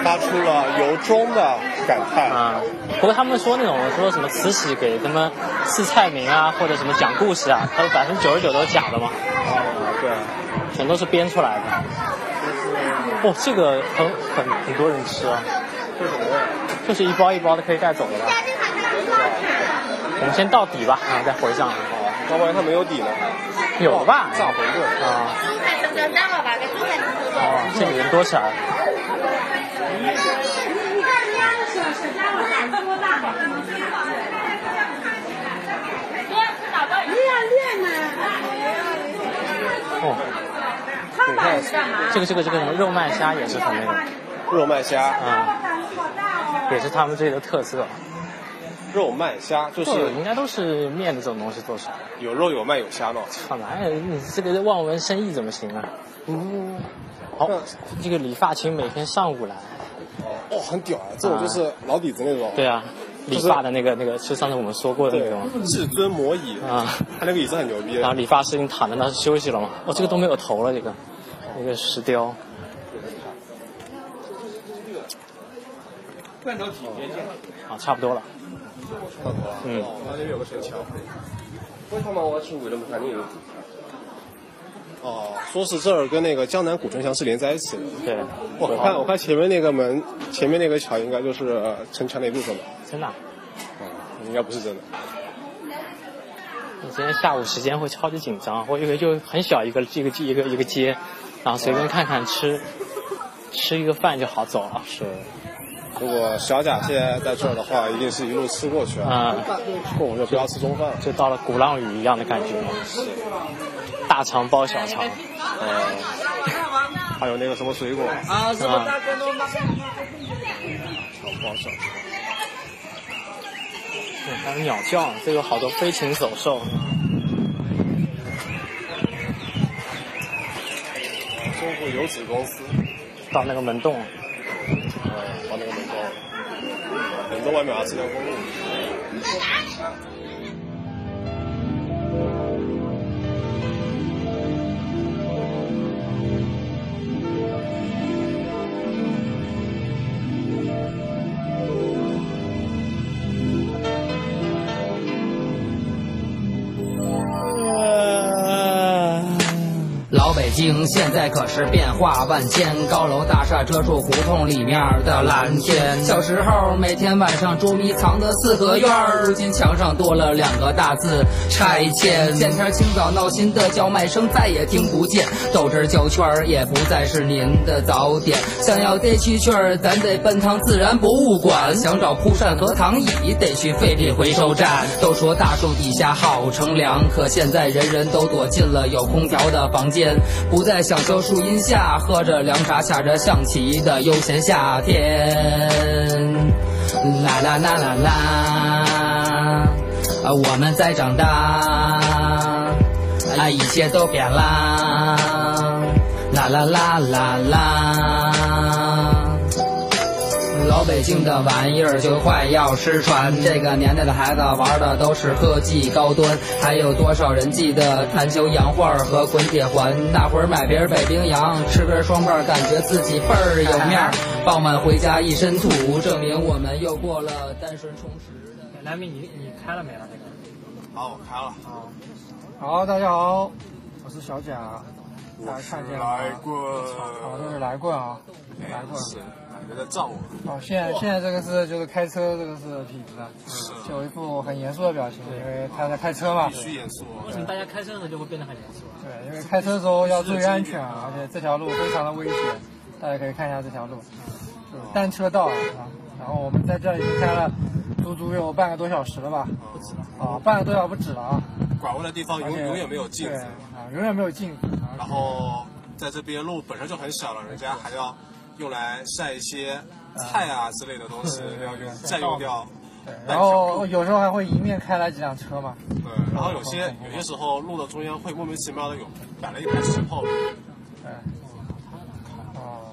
Speaker 2: 发出了由衷的感叹
Speaker 1: 啊！不过他们说那种说什么慈禧给他们赐菜名啊，或者什么讲故事啊，他们百分之九十九都是假的嘛。
Speaker 2: 哦，对，
Speaker 1: 全都是编出来的。哦，这个很很很多人吃啊。
Speaker 2: 这什么味？
Speaker 1: 就是一包一包的可以带走的吧。我们先到底吧，然后再回上来。
Speaker 2: 要不然它没有底呢？
Speaker 1: 有的吧？
Speaker 2: 炸馄饨
Speaker 1: 啊。哦，这里人多起来了。哦，这个这个这个什么肉麦虾也是很那个，
Speaker 2: 肉麦虾
Speaker 1: 啊、嗯，也是他们这里的特色。
Speaker 2: 肉麦虾就是
Speaker 1: 应该都是面的这种东西做出来的，
Speaker 2: 有肉有麦有虾嘛。
Speaker 1: 操哪你这个望文生义怎么行啊？嗯，好、哦，这个理发请每天上午来。
Speaker 2: 哦，很屌啊！这种就是老底子那种。啊
Speaker 1: 对啊，理发的那个、就是、那个，就上次我们说过的那种。啊
Speaker 2: 至尊魔椅啊，他那个椅子很牛逼。
Speaker 1: 然后理发师已经躺在那休息了嘛。哦，这个都没有头了，这个，那个石雕。
Speaker 2: 罐头体验
Speaker 1: 啊，差不多了。
Speaker 2: 差不多了。嗯。那边有个神桥。为什么我去为了看你？哦，说是这儿跟那个江南古城墙是连在一起的。
Speaker 1: 对。
Speaker 2: 我看，我看前面那个门，前面那个桥应该就是城墙的一部分吧？
Speaker 1: 真的？
Speaker 2: 嗯，应该不是真的。
Speaker 1: 你今天下午时间会超级紧张，我以为就很小一个一个一个一个街，然后随便看看吃，吃一个饭就好走了。
Speaker 2: 是。如果小贾现在在这儿的话，一定是一路吃过去啊！过午就不要吃中饭了，
Speaker 1: 就到了鼓浪屿一样的感觉嘛。
Speaker 2: 是，
Speaker 1: 大肠包小肠，
Speaker 2: 呃，还有那个什么水果
Speaker 1: 啊，什么大肠
Speaker 2: 包小肠。
Speaker 1: 对，嗯还有鸟叫，这有好多飞禽走兽。
Speaker 2: 中国油脂公司
Speaker 1: 到那个门洞。
Speaker 2: 往那个门口，门口外面二十条公路。
Speaker 4: 老北京现在可是变化万千，高楼大厦遮住胡同里面的蓝天。小时候每天晚上捉迷藏的四合院，如今墙上多了两个大字“拆迁”。见天清早闹心的叫卖声再也听不见，豆汁胶圈也不再是您的早点。想要这蛐蛐，咱得奔趟自然博物馆；想找蒲扇和躺椅，得去废品回收站。都说大树底下好乘凉，可现在人人都躲进了有空调的房间。不再享受树荫下喝着凉茶、下着象棋的悠闲夏天。啦啦啦啦啦，啊，我们在长大，啊，一切都变啦，啦啦啦啦啦。老北京的玩意儿就快要失传，这个年代的孩子玩的都是科技高端，还有多少人记得探究洋画和滚铁环？那会儿买瓶北冰洋，吃根双棒，感觉自己倍儿有面儿。傍晚回家一身土，证明我们又过了单纯充实的。
Speaker 10: 南明，你你开了没啊了？这个？
Speaker 2: 好，我开了。
Speaker 6: 好，大家好，我是小贾。大家看见了
Speaker 2: 来棍。
Speaker 6: 哦，这是来棍啊，来棍。
Speaker 2: 有在照我。
Speaker 6: 哦，现在现在这个是就是开车，这个是痞子，就有一副很严肃的表情，因为他在开车嘛。
Speaker 2: 必须严肃。
Speaker 10: 为什么大家开车的时候就会变得很严肃？
Speaker 6: 对，因为开车的时候要注意安全啊，而且这条路非常的危险，大家可以看一下这条路，就是单车道啊。然后我们在这里开了足足有半个多小时了吧？
Speaker 10: 不止了。
Speaker 6: 啊，半个多小时不止了啊。
Speaker 2: 拐弯的地方永永远没有镜子
Speaker 6: 啊，永远没有镜子。啊
Speaker 2: 然后在这边路本身就很小了，人家还要。用来晒一些菜啊之类的东西，要用占用掉。
Speaker 6: 对，然后有时候还会迎面开来几辆车嘛。
Speaker 2: 对，然后有些有些时候路的中央会莫名其妙的有摆了一排石头。
Speaker 6: 对。哦。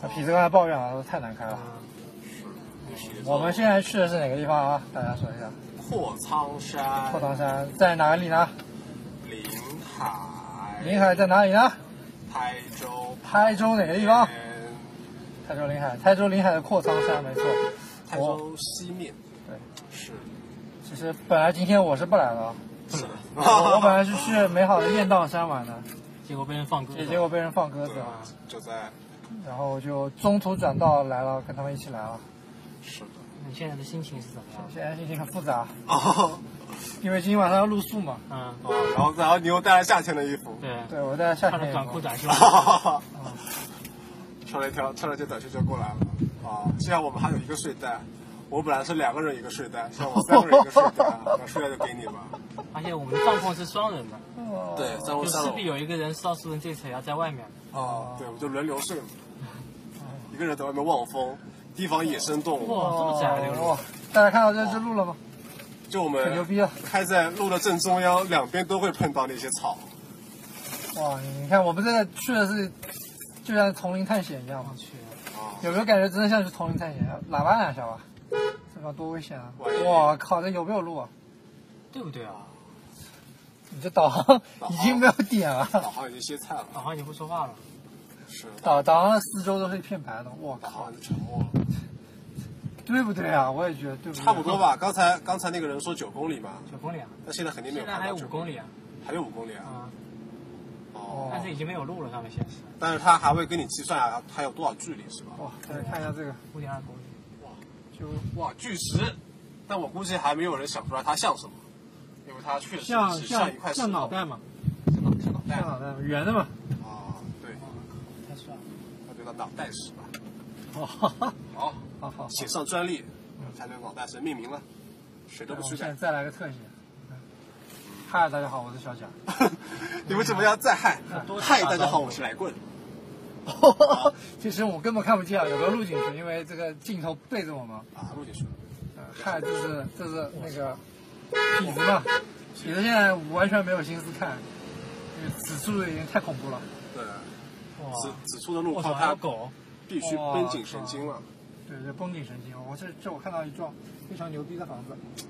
Speaker 11: 那痞子刚才抱怨了，说太难开了。
Speaker 2: 嗯
Speaker 11: 我们现在去的是哪个地方啊？大家说一下。
Speaker 2: 破苍山，
Speaker 11: 破苍山在哪里呢？
Speaker 2: 临海，
Speaker 11: 临海在哪里呢？
Speaker 2: 台州，
Speaker 11: 台州哪个地方？台州临海，台州临海的阔苍山，没错。
Speaker 2: 台州西面，
Speaker 11: 对，
Speaker 2: 是。
Speaker 11: 其实本来今天我是不来的啊，
Speaker 2: 是的，
Speaker 11: 我我本来是去美好的雁荡山玩的，
Speaker 4: 结果被人放鸽
Speaker 11: 也结果被人放鸽子
Speaker 2: 对
Speaker 11: 了，
Speaker 2: 就在，
Speaker 11: 然后就中途转道来了，跟他们一起来了。
Speaker 2: 是的，
Speaker 4: 你现在的心情是怎么样？
Speaker 11: 现在心情很复杂，
Speaker 2: 哦，
Speaker 11: 因为今天晚上要露宿嘛。
Speaker 4: 嗯，
Speaker 2: 哦，然后然后你又带了夏天的衣服，
Speaker 4: 对，
Speaker 11: 对，我在夏
Speaker 4: 穿
Speaker 11: 天
Speaker 4: 着
Speaker 11: 也
Speaker 4: 短
Speaker 11: 忙
Speaker 4: 裤 短袖，
Speaker 2: 穿了一条穿了一件短袖就过来了。啊，现在我们还有一个睡袋，我本来是两个人一个睡袋，现在我三个人一个睡袋，那睡袋就给你吧。
Speaker 4: 而且我们的帐篷是双人的，
Speaker 2: 对，三楼
Speaker 4: 就
Speaker 2: 三
Speaker 4: 势
Speaker 2: 楼
Speaker 4: 必有一个人少数人这层要在外面。
Speaker 2: 啊，
Speaker 11: 哦
Speaker 2: 对，我就轮流睡嘛，一个人在外面望风，提防野生动物。
Speaker 4: 哦哇这么窄的
Speaker 11: 哇！哦大家看到这只鹿了吗？
Speaker 2: 就我
Speaker 11: 很牛
Speaker 2: 们
Speaker 11: 逼啊！
Speaker 2: 开在路的正中央，两边都会碰到那些草。
Speaker 11: 哇，你看我们这个去的是，就像丛林探险一样嘛。去，有没有感觉真的像是丛林探险？喇叭两下吧，这方多危险啊！我靠，这有没有路啊？
Speaker 4: 对不对啊？
Speaker 11: 你这导航已经没有点了，
Speaker 2: 导航已经歇菜了，
Speaker 4: 导航已经不说话了。
Speaker 2: 是，
Speaker 11: 导导航的四周都是一片白的，我
Speaker 2: 导
Speaker 11: 靠
Speaker 2: 航，已经沉默了。
Speaker 11: 对不对啊？我也觉得对不对？
Speaker 2: 差不多。吧，刚才刚才那个人说九公里嘛，
Speaker 4: 九公里啊，
Speaker 2: 那现在肯定没有
Speaker 4: 现在
Speaker 2: 看
Speaker 4: 还有
Speaker 2: 到
Speaker 4: 五
Speaker 2: 九
Speaker 4: 公
Speaker 2: 里，
Speaker 4: 里啊，
Speaker 2: 还有五公里啊。
Speaker 4: 啊，
Speaker 2: 哦，
Speaker 4: 但是已经没有路了，上面显示
Speaker 2: 但是他还会跟你计算啊，还有多少距离是吧？
Speaker 11: 哇，来看一下这个，
Speaker 4: 五点二公里。
Speaker 11: 就
Speaker 2: 哇，巨石，但我估计还没有人想出来它像什么，因为它确实
Speaker 11: 像
Speaker 2: 是
Speaker 11: 像
Speaker 2: 一块石
Speaker 11: 像
Speaker 2: 头
Speaker 11: 脑袋嘛，
Speaker 2: 像脑袋
Speaker 11: 像脑袋嘛圆的嘛。
Speaker 2: 啊，对，
Speaker 4: 太帅 了，
Speaker 2: 那就当脑袋石吧。
Speaker 11: 哦，哈哈
Speaker 2: 好，
Speaker 11: 好好。
Speaker 2: 写上专利，才能脑袋石命名了，谁都
Speaker 11: 我
Speaker 2: 不
Speaker 11: 们
Speaker 2: 许
Speaker 11: 现
Speaker 2: 改
Speaker 11: 在。再来个特写。嗨，大家好，我是 小贾。
Speaker 2: 你为什么要再害
Speaker 4: 多？
Speaker 2: 嗨，
Speaker 4: 打招呼
Speaker 2: 大家好，我是来棍。
Speaker 11: 其实我根本看不见啊，有没有录进去？因为这个镜头背着我嘛。
Speaker 2: 啊，陆姐说，
Speaker 11: 呃嗨，这是这是那个痞子嘛，痞子现在完全没有心思看，因为此处已经太恐怖了。
Speaker 2: 对，
Speaker 4: 哇！
Speaker 2: 此此处的路
Speaker 4: 我
Speaker 2: 况
Speaker 4: 操，还
Speaker 2: 它
Speaker 4: 有狗，
Speaker 2: 必须绷紧神经了。
Speaker 11: 对，这绷紧神经。我这这我看到一幢非常牛逼的房子，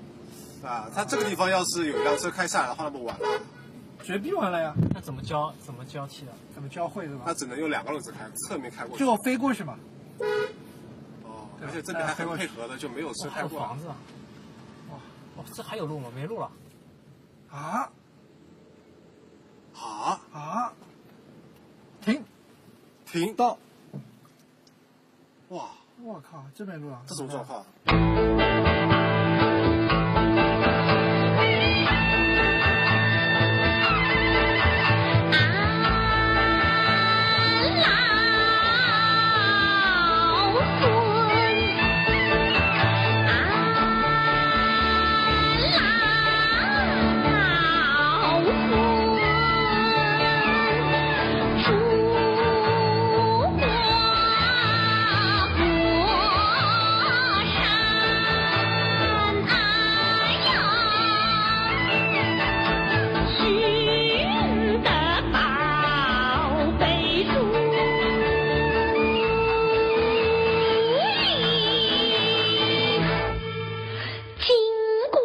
Speaker 2: 啊，它这个地方要是有一辆车开下来的话，那么完了，
Speaker 11: 绝逼完了呀！
Speaker 4: 那怎么交怎么交替的？
Speaker 11: 怎么交汇是吧
Speaker 2: 那？只能用两个轮子开，侧面开过去。
Speaker 11: 就飞过去嘛。
Speaker 2: 哦，而且这边还很配合的，就没有车
Speaker 4: 哇，
Speaker 2: 开
Speaker 4: 还有
Speaker 2: 过。
Speaker 4: 房子啊！
Speaker 11: 哦
Speaker 4: 哇，哇，这还有路吗？没路了。
Speaker 11: 啊
Speaker 2: 啊，
Speaker 11: 啊！停！
Speaker 2: 停！
Speaker 11: 到！
Speaker 2: 哇，
Speaker 11: 我靠，这没路了。
Speaker 2: 这什么状况？啊
Speaker 3: 哎寻得宝贝珠，金箍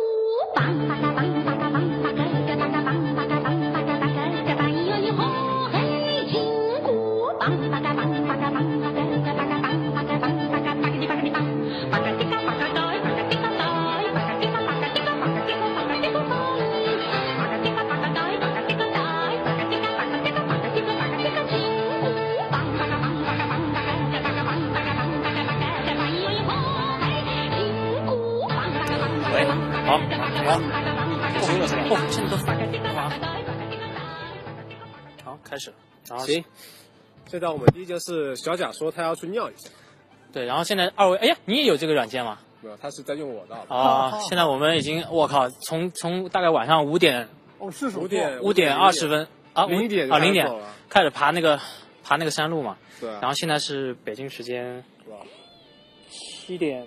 Speaker 3: 棒，八嘎棒，八嘎棒，八嘎个八嘎棒，八嘎棒，八嘎八嘎个棒哟哟吼嘿，金箍棒，八嘎棒，八嘎棒，八嘎个八嘎棒，八嘎棒，八嘎八个的八个的棒，八嘎滴嘎八嘎呆，八嘎滴嘎呆，八嘎滴嘎八嘎滴嘎八嘎滴嘎八嘎滴嘎呆。
Speaker 1: 喂，好，好，结束了是吧？哦，现在都好，好，开始。然后
Speaker 12: 行，现在我们第一件事，小贾说他要去尿一下，
Speaker 1: 对，然后现在二位，哎呀，你也有这个软件吗？
Speaker 12: 没有，他是在用我的。好吧
Speaker 1: 啊，现在我们已经，我靠，从从大概晚上五点
Speaker 11: 哦，是手
Speaker 12: 五点
Speaker 1: 五点二十分啊，
Speaker 12: 零
Speaker 1: 五
Speaker 12: 点
Speaker 1: 啊零点
Speaker 12: 就开始走了
Speaker 1: 开始爬那个爬那个山路嘛，
Speaker 12: 对啊
Speaker 1: 然后现在是北京时间
Speaker 12: 是吧
Speaker 1: 七点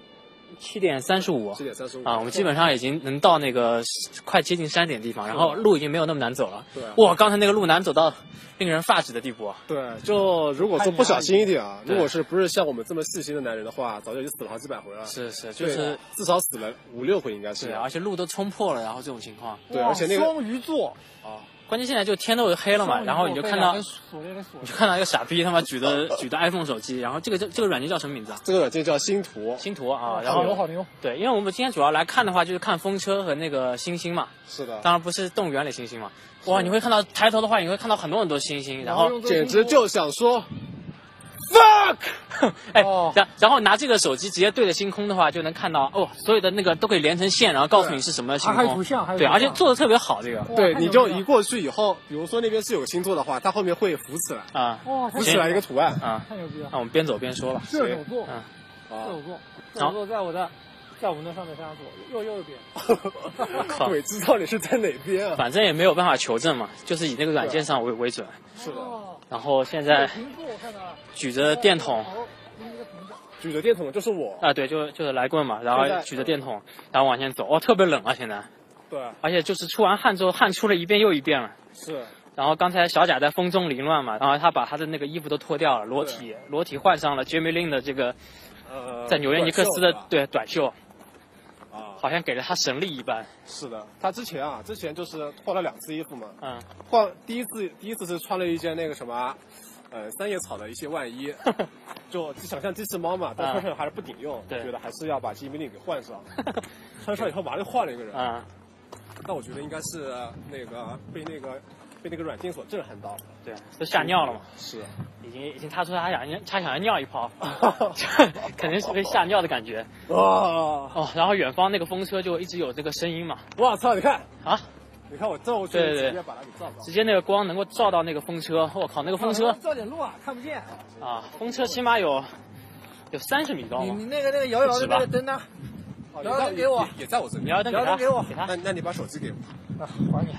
Speaker 1: 七点三十五，
Speaker 2: 七点三十五
Speaker 1: 啊，我们基本上已经能到那个快接近山顶地方，然后路已经没有那么难走了。
Speaker 2: 对啊
Speaker 1: 哇，刚才那个路难走到令人发指的地步啊！
Speaker 2: 对，就如果说不小心一点啊，
Speaker 1: 哎对
Speaker 2: 如果是不是像我们这么细心的男人的话，早就已经死了好几百回了。
Speaker 1: 是是就是
Speaker 2: 对至少死了五六回应该是。
Speaker 1: 对，而且路都冲破了，然后这种情况。
Speaker 2: 对而且那个
Speaker 11: 双鱼座
Speaker 1: 啊，关键现在就天都黑了嘛，然后你就看到，你
Speaker 11: 锁链的锁，
Speaker 1: 就看到一个傻逼他妈举着举着 iPhone 手机，然后这个这这个软件叫什么名字啊？
Speaker 2: 这个软件叫星图。
Speaker 1: 星图啊，然后
Speaker 11: 好牛好牛，
Speaker 1: 对，因为我们今天主要来看的话，就是看风车和那个星星嘛。
Speaker 2: 是的
Speaker 1: 当然不是动物园里星星嘛。哇，你会看到抬头的话，你会看到很多很多星星，然后
Speaker 2: 简直就想说
Speaker 1: fuck，哎，
Speaker 2: 哦
Speaker 1: 然然后拿这个手机直接对着星空的话，就能看到哦，所有的那个都可以连成线，然后告诉你是什么星
Speaker 2: 还有图
Speaker 1: 空
Speaker 2: 像还。有
Speaker 1: 对，
Speaker 2: 图像
Speaker 1: 而且做的特别好，这个。
Speaker 2: 对，你就一过去以后，比如说那边是有个星座的话，它后面会浮起来
Speaker 1: 啊
Speaker 11: 哇
Speaker 2: 浮起来一个图案啊
Speaker 1: 啊。
Speaker 11: 太牛逼了
Speaker 1: 那！我们边走边说吧。
Speaker 11: 射手座，
Speaker 1: 嗯
Speaker 11: 射 手座，射手座在我的，在我们的上面非常左，右右边。
Speaker 1: 靠
Speaker 2: 鬼知道你是在哪边啊？
Speaker 1: 反正也没有办法求证嘛，就是以那个软件上为为准。
Speaker 2: 是的，
Speaker 1: 然后现在
Speaker 11: 苹果我看到了，
Speaker 1: 举着电筒
Speaker 2: 哦举着电筒就是我。
Speaker 1: 啊，对，就就是来棍嘛，然
Speaker 2: 现
Speaker 1: 后
Speaker 2: 在
Speaker 1: 举着电筒，然后往前走。哦，特别冷啊，现在，
Speaker 2: 对，
Speaker 1: 而且就是出完汗之后，汗出了一遍又一遍了。
Speaker 2: 是。
Speaker 1: 然后刚才小贾在风中凌乱嘛，然后他把他的那个衣服都脱掉了，裸体裸体换上了 Jimmy Lin 的这个
Speaker 2: 呃，
Speaker 1: 在纽约尼克斯
Speaker 2: 短
Speaker 1: 的
Speaker 2: 袖吧
Speaker 1: 对短袖，
Speaker 2: 啊，
Speaker 1: 好像给了他神力一般。
Speaker 2: 是的，他之前啊，之前就是换了两次衣服嘛。
Speaker 1: 嗯。
Speaker 2: 换第一次，第一次是穿了一件那个什么，呃，三叶草的一些 外衣，就想像机器猫嘛，但
Speaker 1: 嗯
Speaker 2: 穿上还是不顶用，
Speaker 1: 对
Speaker 2: 我觉得还是要把 Jimmy Lin 给换 上。穿上以后马上就换了一个人。
Speaker 1: 啊、
Speaker 2: 但我觉得应该是那个被那个被那个软件所震撼到了。
Speaker 1: 对，啊都吓尿了嘛。
Speaker 2: 是。
Speaker 1: 已经已经，他说他想尿他想要尿一 泡，肯定是被吓尿的感觉。
Speaker 2: 哇
Speaker 11: 啊
Speaker 2: 哦，
Speaker 1: 然后远方那个风车就一直有这个声音嘛，
Speaker 2: 我操！你看
Speaker 1: 啊，
Speaker 2: 你看我照过去，
Speaker 1: 对对对
Speaker 2: 直接把它给照到。
Speaker 1: 直接那个光能够照到那个风车，我靠，那个风车
Speaker 11: 照点路啊，看不见。
Speaker 1: 啊，风车起码有有三十米高
Speaker 11: 你
Speaker 1: 吗
Speaker 11: 你？那个那个摇摇的那个灯呢？
Speaker 2: 哦
Speaker 11: 摇摇灯给我
Speaker 2: 也也在我这边。
Speaker 1: 摇摇灯给他
Speaker 11: 摇摇灯给我
Speaker 1: 给他
Speaker 2: 那那你把手机啊给我。
Speaker 11: 那还你。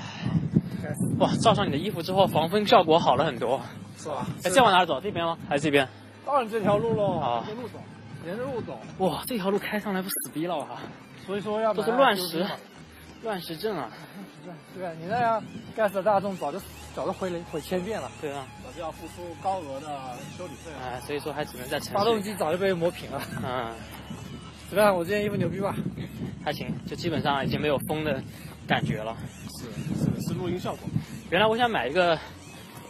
Speaker 1: 哇，照上你的衣服之后，防风效果好了很多。
Speaker 2: 是吧？
Speaker 1: 哎，再往哪儿走？这边吗？还是这边？
Speaker 11: 当然这条路喽，
Speaker 1: 啊
Speaker 11: 沿着路走，沿着路走。
Speaker 1: 哇，这条路开上来不死逼了啊！
Speaker 11: 所以说要
Speaker 1: 都是乱石，乱石阵啊！
Speaker 11: 对啊，你那样该死的大众早就早就回了毁千遍了。
Speaker 1: 对啊，
Speaker 2: 我就要付出高额的修理费。
Speaker 1: 哎，所以说还只能在城市。
Speaker 11: 发动机早就被磨 平了。
Speaker 1: 嗯，
Speaker 11: 怎么样？我这件衣服牛逼吧？
Speaker 1: 还行，就基本上已经没有风的感觉了。
Speaker 2: 是是是录音效果。
Speaker 1: 原来我想买一个，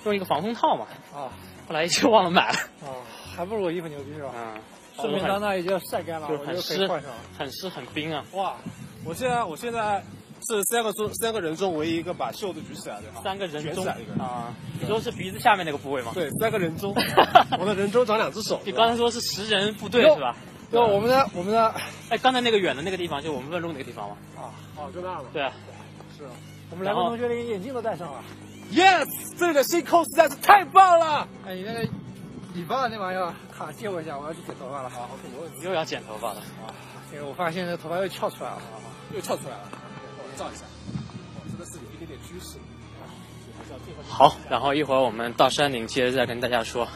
Speaker 1: 用一个防风套嘛，
Speaker 11: 啊
Speaker 1: 后来一直忘了买了。
Speaker 11: 啊，还不如我衣服牛逼是
Speaker 2: 啊
Speaker 11: 吧？
Speaker 1: 嗯，
Speaker 11: 啊顺便到那已经晒干了，
Speaker 1: 就
Speaker 11: 我
Speaker 1: 是
Speaker 11: 就可
Speaker 1: 很
Speaker 11: 以
Speaker 1: 湿
Speaker 11: 换上了。，
Speaker 1: 很湿很冰啊。
Speaker 2: 哇，我现在我现在是三个中三个人中唯一一个把袖子举起来的啊，
Speaker 1: 三个人
Speaker 2: 卷
Speaker 1: 中
Speaker 2: 起来一个人。
Speaker 1: 啊，你说是鼻子下面那个部位吗？
Speaker 2: 对，三个人 中，我的人中长两只手。
Speaker 1: 你刚才说是十人部队
Speaker 11: 哟
Speaker 1: 是吧？
Speaker 11: 对，我们的我们的
Speaker 1: 哎，刚才那个远的那个地方，就我们问路那个地方吗？
Speaker 11: 啊，哦，就那了。
Speaker 1: 对啊，
Speaker 11: 是，我们两个同学连眼镜都戴上了。
Speaker 2: Yes，这个星空实在是太棒了。
Speaker 11: 哎，你那个礼包的那玩意儿，卡借我一下，我要去剪头发了。好，没问题。
Speaker 1: 又要剪头发了。
Speaker 11: 这个我发现这个头发又翘出来了。
Speaker 2: 又翘出来了，我照一下。我真的是有一点点趋势。
Speaker 1: 好，然后一会儿我们到山顶接着再跟大家说。